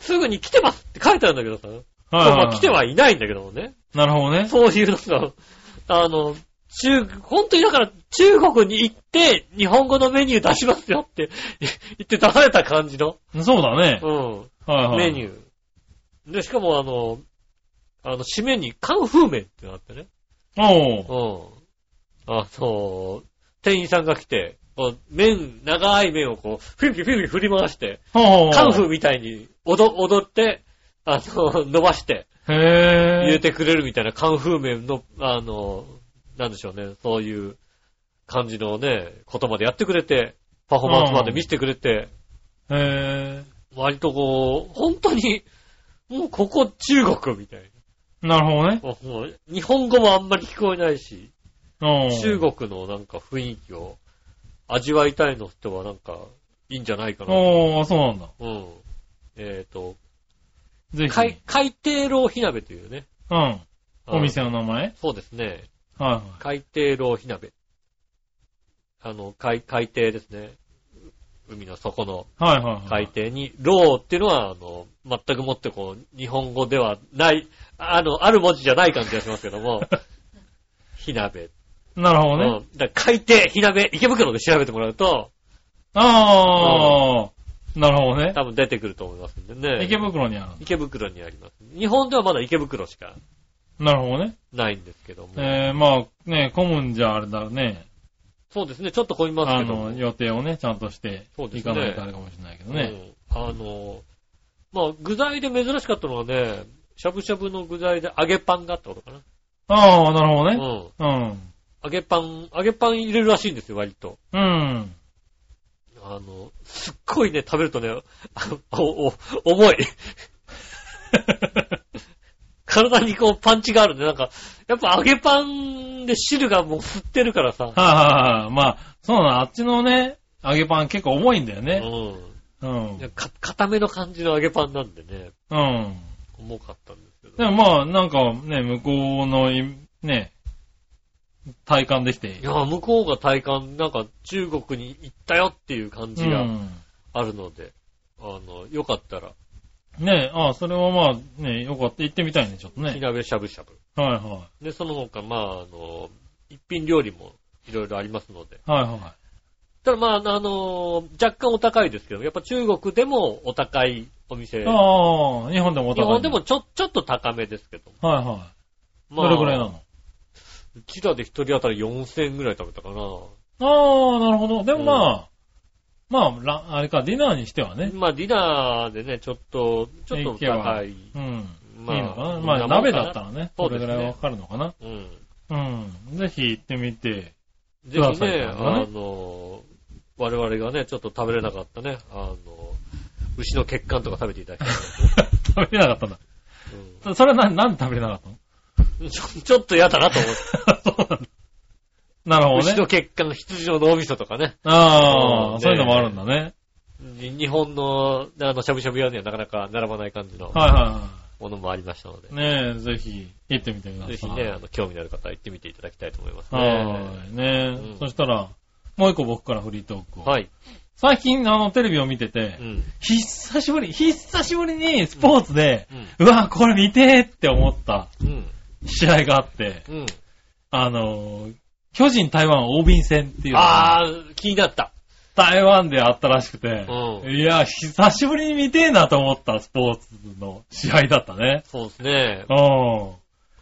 B: すぐに来てますって書いてあるんだけどさ、
C: い
B: まあま
C: は
B: あ
C: い。
B: 来てはいないんだけどもね。
C: なるほどね。
B: そういうのさ、あの、中、本当にだから中国に行って日本語のメニュー出しますよって 言って出された感じの。
C: そうだね。
B: うん。
C: はいは
B: メ
C: い。
B: ニ
C: ュー。
B: ュー。で、しかもあの、あの、締めに、カンフーメンってのがあってね。
C: おう。
B: うん。あ、そう、店員さんが来て、こう、麺、長い麺をこう、フィンフィンフィンフィン振り回して、
C: ほう。
B: カンフーみたいに踊踊って、あの、伸ばして、
C: へ
B: 入
C: ぇ
B: れてくれるみたいな、カンフー麺の、あの、なんでしょうね、そういう感じのね、ことまでやってくれて、パフォーマンスまで見せてくれて、
C: ー。へ
B: 割とこう、本当に、もうここ中国みたいな。
C: ぇー。なるほどね。
B: もう日本語もあんまり聞こえないし、
C: おう。
B: 中国のなんか雰囲気を味わいたいの人はなんかいいんじゃないかな。
C: おー、そうなんだ。
B: うん。えっ、と、
C: ぜひ。
B: 海海底楼火鍋というね。
C: うん。
B: あの
C: お店の名前
B: そうですね。
C: はいはい。
B: 海底楼火鍋。あの、海、海底ですね。海の底の
C: はいはいは
B: 海
C: い。
B: 底に、ローっていうのは、あの、全くもってこう、日本語ではない、あの、ある文字じゃない感じがしますけど も、火鍋。
C: なるほどね。
B: うんだから海底、火鍋、池袋で調べてもらうと、
C: ああ、なるほどね。
B: 多分出てくると思いますんでね。
C: 池袋にある
B: 池袋にあります。日本ではまだ池袋しか
C: の。なるほどね。
B: ないんですけども。
C: えー、まあ、ね、混むんじゃあれだね。
B: そうですね、ちょっと混みます
C: あ
B: けども。
C: の、予定をね、ちゃんとして、
B: そうですね
C: 行かないとあれかもしれないけどね。
B: うんあの、まあ、具材で珍しかったのはね、しゃぶしゃぶの具材で揚げパンがあったことかな。
C: ああ、なるほど
B: う
C: ね。
B: ん。
C: うん。
B: 揚げパン、揚げパン入れるらしいんですよ、割と。
C: うん。
B: あの、すっごいね、食べるとね、あのお、お、重い。 体にこうパンチがあるんで、なんか、やっぱ揚げパンで汁がもう振ってるからさ。
C: はいはいはい。まあ、そうなの、あっちのね、揚げパン結構重いんだよ
B: う
C: ね。
B: ん。
C: うん。
B: いやか、固めの感じの揚げパンなんでね、
C: うん。
B: 重かったんですけど。
C: でもまあ、なんかね、向こうのい、ね、体感できて
B: い。や、向こうが体感、なんか中国に行ったよっていう感
C: う
B: じが
C: ん。
B: あるので、あの、よかったら、
C: ねああ、それはまあ、ね、よかった。行ってみたいね、ちょっと
B: 火
C: ね。
B: 鍋しゃぶしゃぶ。
C: はいは
B: で、その他、まあ、あの、一品料理もいろいろありますので。
C: い。はいは
B: ただまあ、あの、若干お高いですけど、やっぱ中国でもお高いお店。
C: い。
B: 日
C: ああ、日本でもお高い。
B: 本でも。ちょ、ちょっと高めですけど。
C: はいはい。
B: ま
C: どれくらいな
B: う
C: の
B: ちらで一人当たり4000円ぐらい食べたかな。
C: ああ、なるほど。でもまあ、まあ、らあれか、ディナーにしてはね。
B: まあ、ディナーでね、ちょっと、ちょっと高い。
C: うん。
B: ま
C: いいのかな
B: そん
C: まあ、
B: もんか
C: 鍋
B: な
C: だったらね、
B: そ
C: こ
B: うで
C: れ
B: す
C: ぐ
B: ね
C: らいわかるのかな。
B: うん。
C: うん。ぜひ行って みて。
B: ぜ
C: くだ
B: ひ
C: さい
B: ね、
C: とかね
B: あの、我々がね、ちょっと食べれなかったね、あの、牛の血管とか食べていただきたい。
C: 食べれなかったんだ。
B: うん
C: そそれは何、なんで食べれなかった の
B: ちょちょっと嫌だなと思って。
C: そうなんだ。なるほど
B: 牛の
C: ね。
B: 血管、羊の脳みそとかね。
C: あ
B: うん
C: あ、そういうのもあるんだね。
B: に日本の、あの、しゃぶしゃぶ屋にはなかなか並ばない感じの
C: はいは
B: ものもありましたので
C: い。はい。ねえ、ぜひ、行ってみてくださ
B: ぜ
C: い。
B: ひね、あの、興味のある方は行ってみていただきたいと思います
C: は
B: ね。
C: ーい。ねえ、
B: うん
C: そしたら、もう一個僕からフリートークを。
B: はい。
C: 最近、あの、テレビを見てて、
B: うん。
C: 久しぶり、久しぶりにスポーツで、
B: うん。
C: うわ、これ見てーって思った
B: うん。
C: 試合があって、
B: うん。
C: あのー、巨人台湾大便戦っていうのが、
B: あー、気になった。
C: 台湾であったらしくて、
B: うん
C: いや、久しぶりに見てーなと思ったスポーツの試合だったね。
B: そうですね。
C: うん。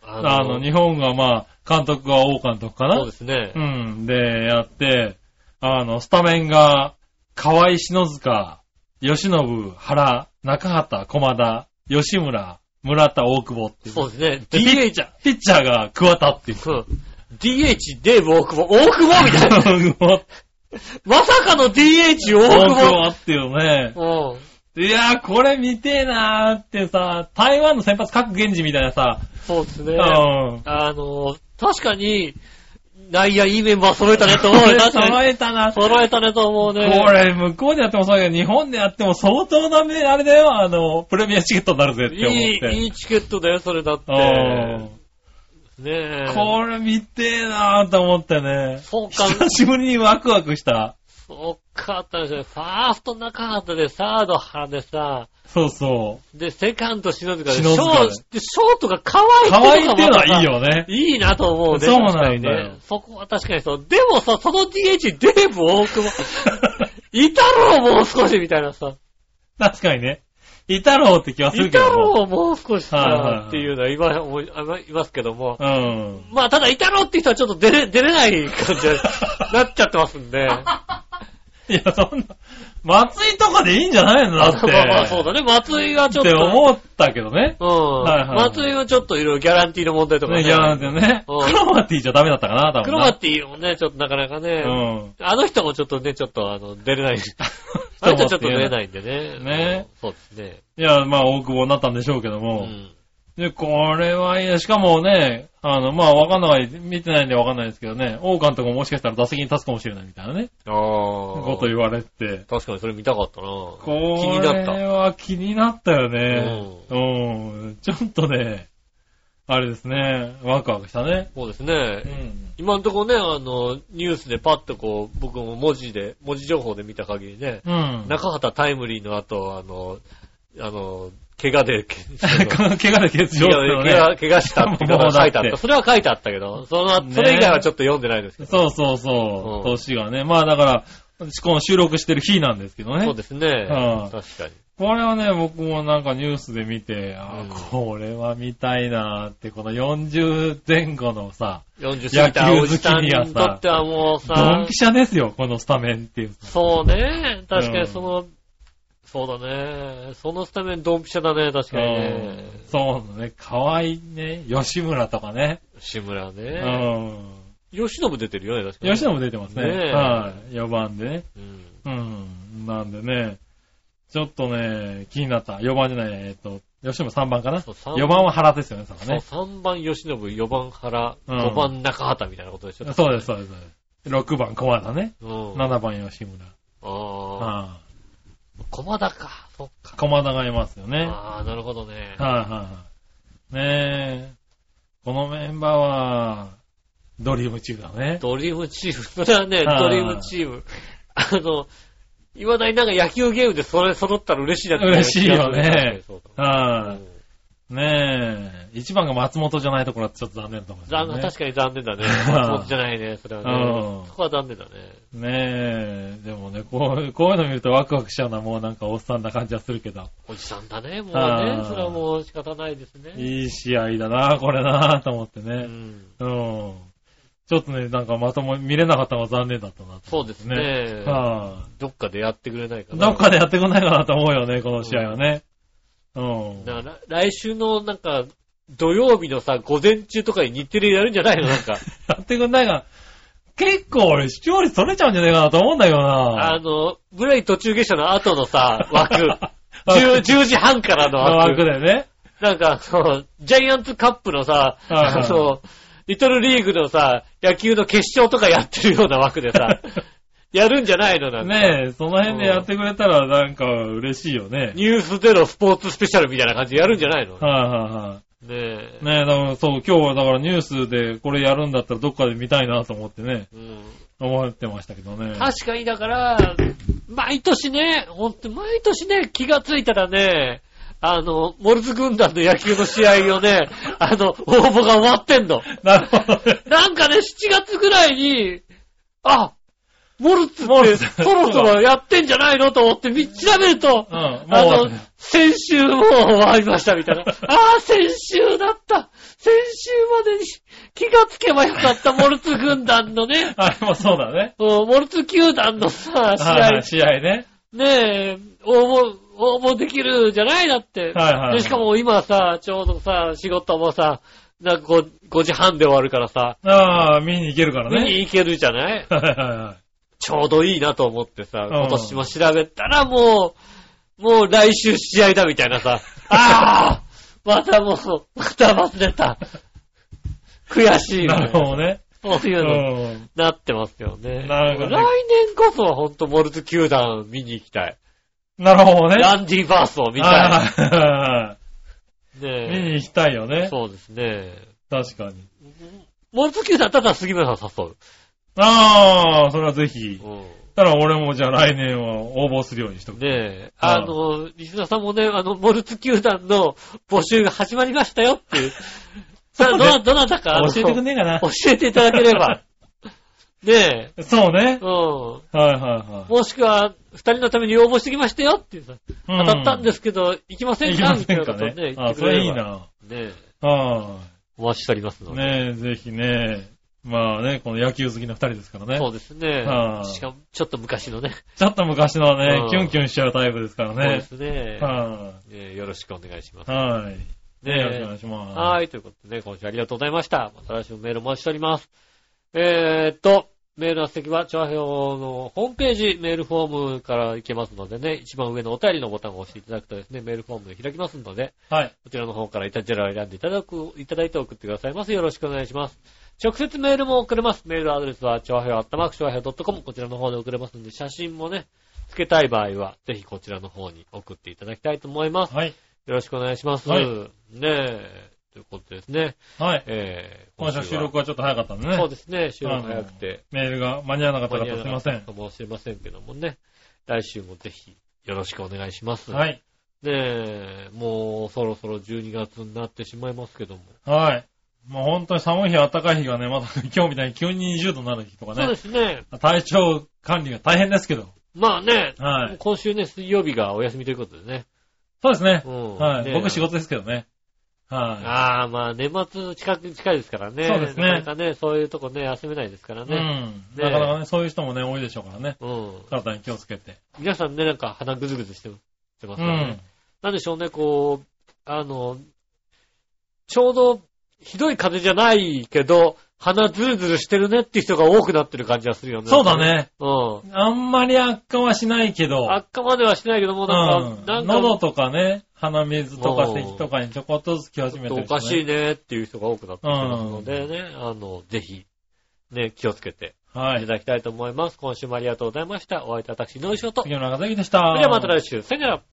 B: あ
C: あの、日本がまあ、監督が王監督かな
B: そうですね
C: う。ん。で、やって、あの、スタメンが、河合篠塚、吉信、原、中畑、駒田、吉村、村田、大久保っていう。
B: そうですね。
C: でピ
B: DH
C: ピッチャーが桑田っていう。
B: そう。DH、デーブ、大久保。大久保みたいな。
C: 大久保
B: まさかの DH、大
C: 大
B: 久
C: 久保っていうね。
B: 保。うん。
C: いやー、これ見てえなーってさ、台湾の先発各源氏みたいなさ、
B: そうです
C: う
B: ね。
C: ん。
B: あの、確かに、内野いいメンバー揃えたねと思う。確か
C: 揃
B: に。
C: えたな。こ
B: 揃えたねと思うね。
C: れ、向こうでやってもそうだけど、日本でやっても相当なめ、あれだよ、あの、プレミアチケットになるぜって思って。
B: いい、いいチケットだよ、それだって。
C: うん
B: ねえ。
C: これ見てえなーと思ってね。
B: そうか、
C: 久しぶりにワクワクした。
B: そうかあったんですよ。ファースト中畑で、サード派でさ、
C: そうそ
B: で、セカンド篠塚で、ショ
C: 篠塚
B: ー
C: で
B: でショートが可
C: う。
B: 愛い
C: 可愛いっていうの
B: またさ
C: はいい。よね。
B: いいなと思うね。
C: そうなんだ
B: 確か
C: よ
B: にね。そこは確かにそう。でもさ、その DH デーブ大久保、いたろう、もう少しみたいなさ。
C: 確かにね。いたろうって気はする
B: い
C: け
B: た
C: ども。
B: ろう、もう少し
C: はいはいは
B: さ
C: い、
B: っていうのは今思い、あいますけども。
C: うん。
B: まあ、ただ、いたろうって人はちょっと出れ、出れない感じになっちゃってますんで。
C: いや、そんな、松井とかでいいんじゃないのだって。
B: まあまあ、そうだね。松井はちょっ
C: って
B: と。
C: 思ったけどね。
B: うん。
C: はいはい
B: 松井はちょっといろいろギャランティーの問題とか
C: ね、いや、なんてね。ク
B: うん
C: ロマティじゃダメだったかな、多分な。
B: クロマティもね、ちょっとなかなかね。
C: うん。
B: あの人もちょっとね、ちょっとあの、出れない。あの人ちょっと出れないんでね。
C: ね
B: うんそうですね。
C: いや、まあ、大久保になったんでしょうけど
B: う
C: も。
B: ん。
C: で、これはいいね。しかもね、あの、まあ、わかんない、見てないんでわかんないですけどね、王監督ももしかしたら打席に立つかもしれないみたいなね、
B: ああ。
C: こと言われて。
B: 確かにそれ見たかったな。
C: こ
B: 気になっ
C: れ
B: た。
C: は気になったよね。うん。ちょっとね、あれですね。ワクワクしたね。
B: そうです
C: う
B: ね。
C: ん。
B: 今んとこね、あの、ニュースでパッとこう、僕も文字で、文字情報で見た限りね、
C: うん。
B: 中畑タイムリーの後、あの、あの、怪我 で、
C: この 怪我で欠
B: 怪
C: 場
B: 我
C: だよ
B: 怪
C: ね。
B: 我怪我したっていうのが書いてあ
C: もう
B: っ
C: だって
B: た。それは書いてあったけど、その、
C: ね
B: それ以外はちょっと読んでないですけど。
C: そうそう
B: う
C: そ
B: ん
C: う。年がね。まあだから、私この収録してる日なんですけどね。
B: そうですね。
C: う
B: 確
C: ん
B: かに。
C: これはね、僕もなんかニュースで見て、あ
B: うん
C: ーこれは見たいなーって、この40前後のさ、
B: 40過ぎたおじさんにとってはもう
C: ドン
B: さ
C: ピ、シャですよ、このスタメンっていう。
B: そうね。確かにその、そうだね。そのスタメンドンピシャだね、確かにね。
C: うんそうね、かわいいね、吉村とかね。
B: 志村
C: う
B: ね。
C: ん。
B: 吉信出てるよね、確かに。
C: 吉野も出てますね。
B: ねえ
C: はい。4番でね。
B: うん。
C: うん。なんでね、ちょっとね、気になった。4番じゃない、えっと、吉野も3番かな。
B: そう三
C: 4番は原ですよね、そこ
B: そう、
C: ね。
B: 3番吉信、4番原、
C: うん
B: 5番中畑みたいなことでしょ。
C: そうです、そうです。そうです6番、駒田ね。
B: うん。あ
C: 7番、吉村。
B: あ
C: は
B: ー。駒田か。そっか。
C: い。駒田がいますよね。は
B: ああ、なるほどね
C: い。はいはい。ねえ。このメンバーは、ドリームチームだね。
B: ドリームチーム。それはね、
C: あー
B: ドリームチーム。 あの、いまだになんか野球ゲームでそれ揃ったら嬉しいなって
C: 嬉しいよね
B: 確かにそうだ
C: は
B: ね
C: い。ねえ。1番が松本じゃないところはちょっと残念だと思います、ね。
B: 残念、確かに残念 だね。
C: あー
B: そうじゃないね、それは
C: う
B: ね
C: ん。
B: そこは残念だね。
C: ねえ。でもね、こう、こういうの見るとワクワクしちゃうのはもうなんかおっさんな感じはするけど。
B: おじさんだね、もう
C: あ
B: ね。
C: ー
B: それはもう仕方ないですね。
C: いい試合だな、これな、と思って
B: う
C: ね。
B: ん
C: うん。ちょっとね、なんかまともに見れなかったのが残念だったなと
B: そう
C: 思っ
B: で
C: て
B: す
C: ね。
B: ね。
C: はい、
B: どっかでやってくれないかな。
C: どっかでやってこないかなと思うよね、この試合はね。うん。
B: だから来週のなんか、土曜日のさ、午前中とかに日テレやるんじゃないのなん か。
C: やってくんないかな。結構俺、視聴率取れちゃうんじゃないかなと思うんだけど
B: あ
C: な。
B: の、ブレイ途中下車の後の さ、枠。10,
C: 枠
B: 10時半からの
C: ワー
B: 枠。
C: クだよ ね。
B: なんか、その、ジャイアンツカップのさ、
C: はいはい
B: あの、リトルリーグのさ、野球の決勝とかやってるような枠で さ、やるんじゃないのなんか。
C: ねえ、その辺でやってくれたらなんか嬉しいよね。
B: ニュースゼロスポーツスペシャルみたいな感じでやるんじゃないのね
C: はいはいは
B: え
C: い。。ねえ、だからそう、今日はだからニュースでこれやるんだったらどっかで見たいなと思ってね、
B: うん
C: 思ってましたけどね。
B: 確かにだから、毎年ね、ほんと、毎年ね、気がついたらね、あの、モルズ軍団の野球の試合をね、 あの、応募が終わってんの。
C: なるほどね。
B: なんかね、7月ぐらいに、あ、モルツっ
C: モ
B: て
C: ルツ
B: そろそろやってんじゃないのと思って、み調べると、
C: うん、
B: あ
C: もう
B: の、先週もう終わりましたみたいな。ああ、先週だった先週までに気がつけばよかった、モルツ軍団のね。
C: あれ もそうだね。
B: うんモルツ球団のさ、試
C: はいは
B: 合
C: い、試合ね。
B: ねえ、応募、応募できるじゃないだって。
C: はいはいはい
B: でしかも今さ、ちょうどさ、仕事もさ、なんか 5, 時半で終わるからさ、
C: ああ、見に行けるから
B: 見
C: ね。
B: に行けるじゃない
C: はいはいはい。
B: ちょうどいいなと思ってさ、
C: ん
B: 今年も調べたらもう、もう来週試合だみたいなさ、ああまたもう、また忘れた。悔しいよ
C: な
B: ね、
C: るほどね。
B: そういううの。
C: ん。
B: なってますよね。
C: なるほどね
B: 来年こそはほんとモルツ球団見に行きたい。
C: なるほどね。
B: ランディバースを見た
C: た
B: い。
C: い。
B: ね
C: 見
B: え
C: に行きたいよね。
B: そうですね。
C: 確かに。
B: モルツ球団ただ杉村さん誘う。
C: ああ、それはぜひ。
B: うん
C: たら俺もじゃあ来年は応募するようにしとく。
B: ねえ、あの、リスナーさんもね、あの、モルツ球団の募集が始まりましたよって いう。さあ、どな、どなたか、あの
C: 教えてくんねえかな
B: 教。えていただければ。ねえ、
C: そうね
B: う。ん。
C: はいはい
B: もしくは、二人のために応募してきましたよっていうさ、
C: は
B: 当
C: い。。
B: たったんですすけど、行きませ
C: い
B: ん
C: き
B: か
C: ま
B: み
C: せ
B: たいなんこ
C: か
B: とね、
C: ね。
B: 言っ
C: あ、
B: て
C: そ
B: くれ
C: れい
B: れば。
C: いな。
B: ねえ、
C: は
B: お待ちしておりますの
C: い。
B: で。
C: ねえ、ぜひね。まあね、この野球好きな二人ですからね。
B: そうですね
C: は。い
B: しかも、ちょっと昔のね。
C: ちょっと昔
B: う
C: の
B: ん
C: ね、キュンキュンしちゃうタイプですからね。
B: そうですね。
C: は
B: ねよろしくお願いします
C: い。。はい。ねよろしくお願
B: ね
C: いします。
B: はい、ということでね、今週ありがとうございました。また来週もメールお待ちしております。えーっと、メールの席は、長編のホームページ、メールフォームから行けますのでね、一番上のお便りのボタンを押していただくとですね、メールフォームが開きますので、
C: はい。
B: こちらの方からいたじらを選んでいただく、いただいて送ってくださいます。よろしくお願いします。直接メールも送れます。メールアドレスは、ちょうへあったまくちょうへ .com。こちらの方で送れますので、写真もね、つけたい場合は、ぜひこちらの方に送っていただきたいと思います。
C: はい。
B: よろしくお願いします。
C: はい
B: ねえ。ということですね。
C: はい。
B: えー、
C: 今週の収録はちょっと早かったんでね。
B: そうですね、収録早くて。
C: メールが間に合わなかった
B: 間
C: 方
B: に合
C: すい
B: わ
C: ません。
B: かもしれませんけどもね。来週もぜひ、よろしくお願いします。。
C: はいい。
B: ねえ、もうそろそろ12月になってしまいますけども。
C: はい。もう本当に寒い日、暖かい日がね、まだ今日みたいに急に20度になる日とか
B: そうで
C: ね。
B: すね。
C: 体調管理が大変ですけど。
B: まあね、
C: はい。
B: 今週ね、水曜日がお休みということでね。
C: そうですね
B: う。ん。
C: はい。
B: ね
C: 僕仕事ですけどね。は
B: ああ、まあ年末近く、近いですからね。
C: そうですね
B: なかなかね、そういうとこね、休めないですから
C: い。う
B: ね。
C: ん。
B: ね
C: なかなかね、そういう人もね、多いでしょうからね。
B: うん。
C: 体に気をつけて。
B: 皆さんね、なんか鼻ぐずぐずしてしてますか
C: う
B: らね。
C: ん。
B: なんでしょうね、こう、あの、ちょうど、ひどい風邪じゃないけど、鼻ズルズルしてるねっていう人が多くなってる感じがするよね。
C: そうだ。ね。
B: う
C: あんまり悪化はしないけど
B: ん。。悪化まではしてないけども、なんか、
C: う
B: なん
C: ん。
B: か、
C: 喉とかね、鼻水とか
B: うん
C: 咳とかにちょこっとずつ気を
B: ち
C: 始
B: ょっ
C: め
B: と
C: て
B: お
C: る人ね。
B: かしいねっていう人が多くなってきてますのでね、あの、ぜひ、ね、気をつけて
C: はい
B: た
C: い。
B: だきたいと思います。今週もありがとうございました。お会いいたい私、ノイショと。そ
C: 次の中崎でした。
B: れではまた来週。さよなら。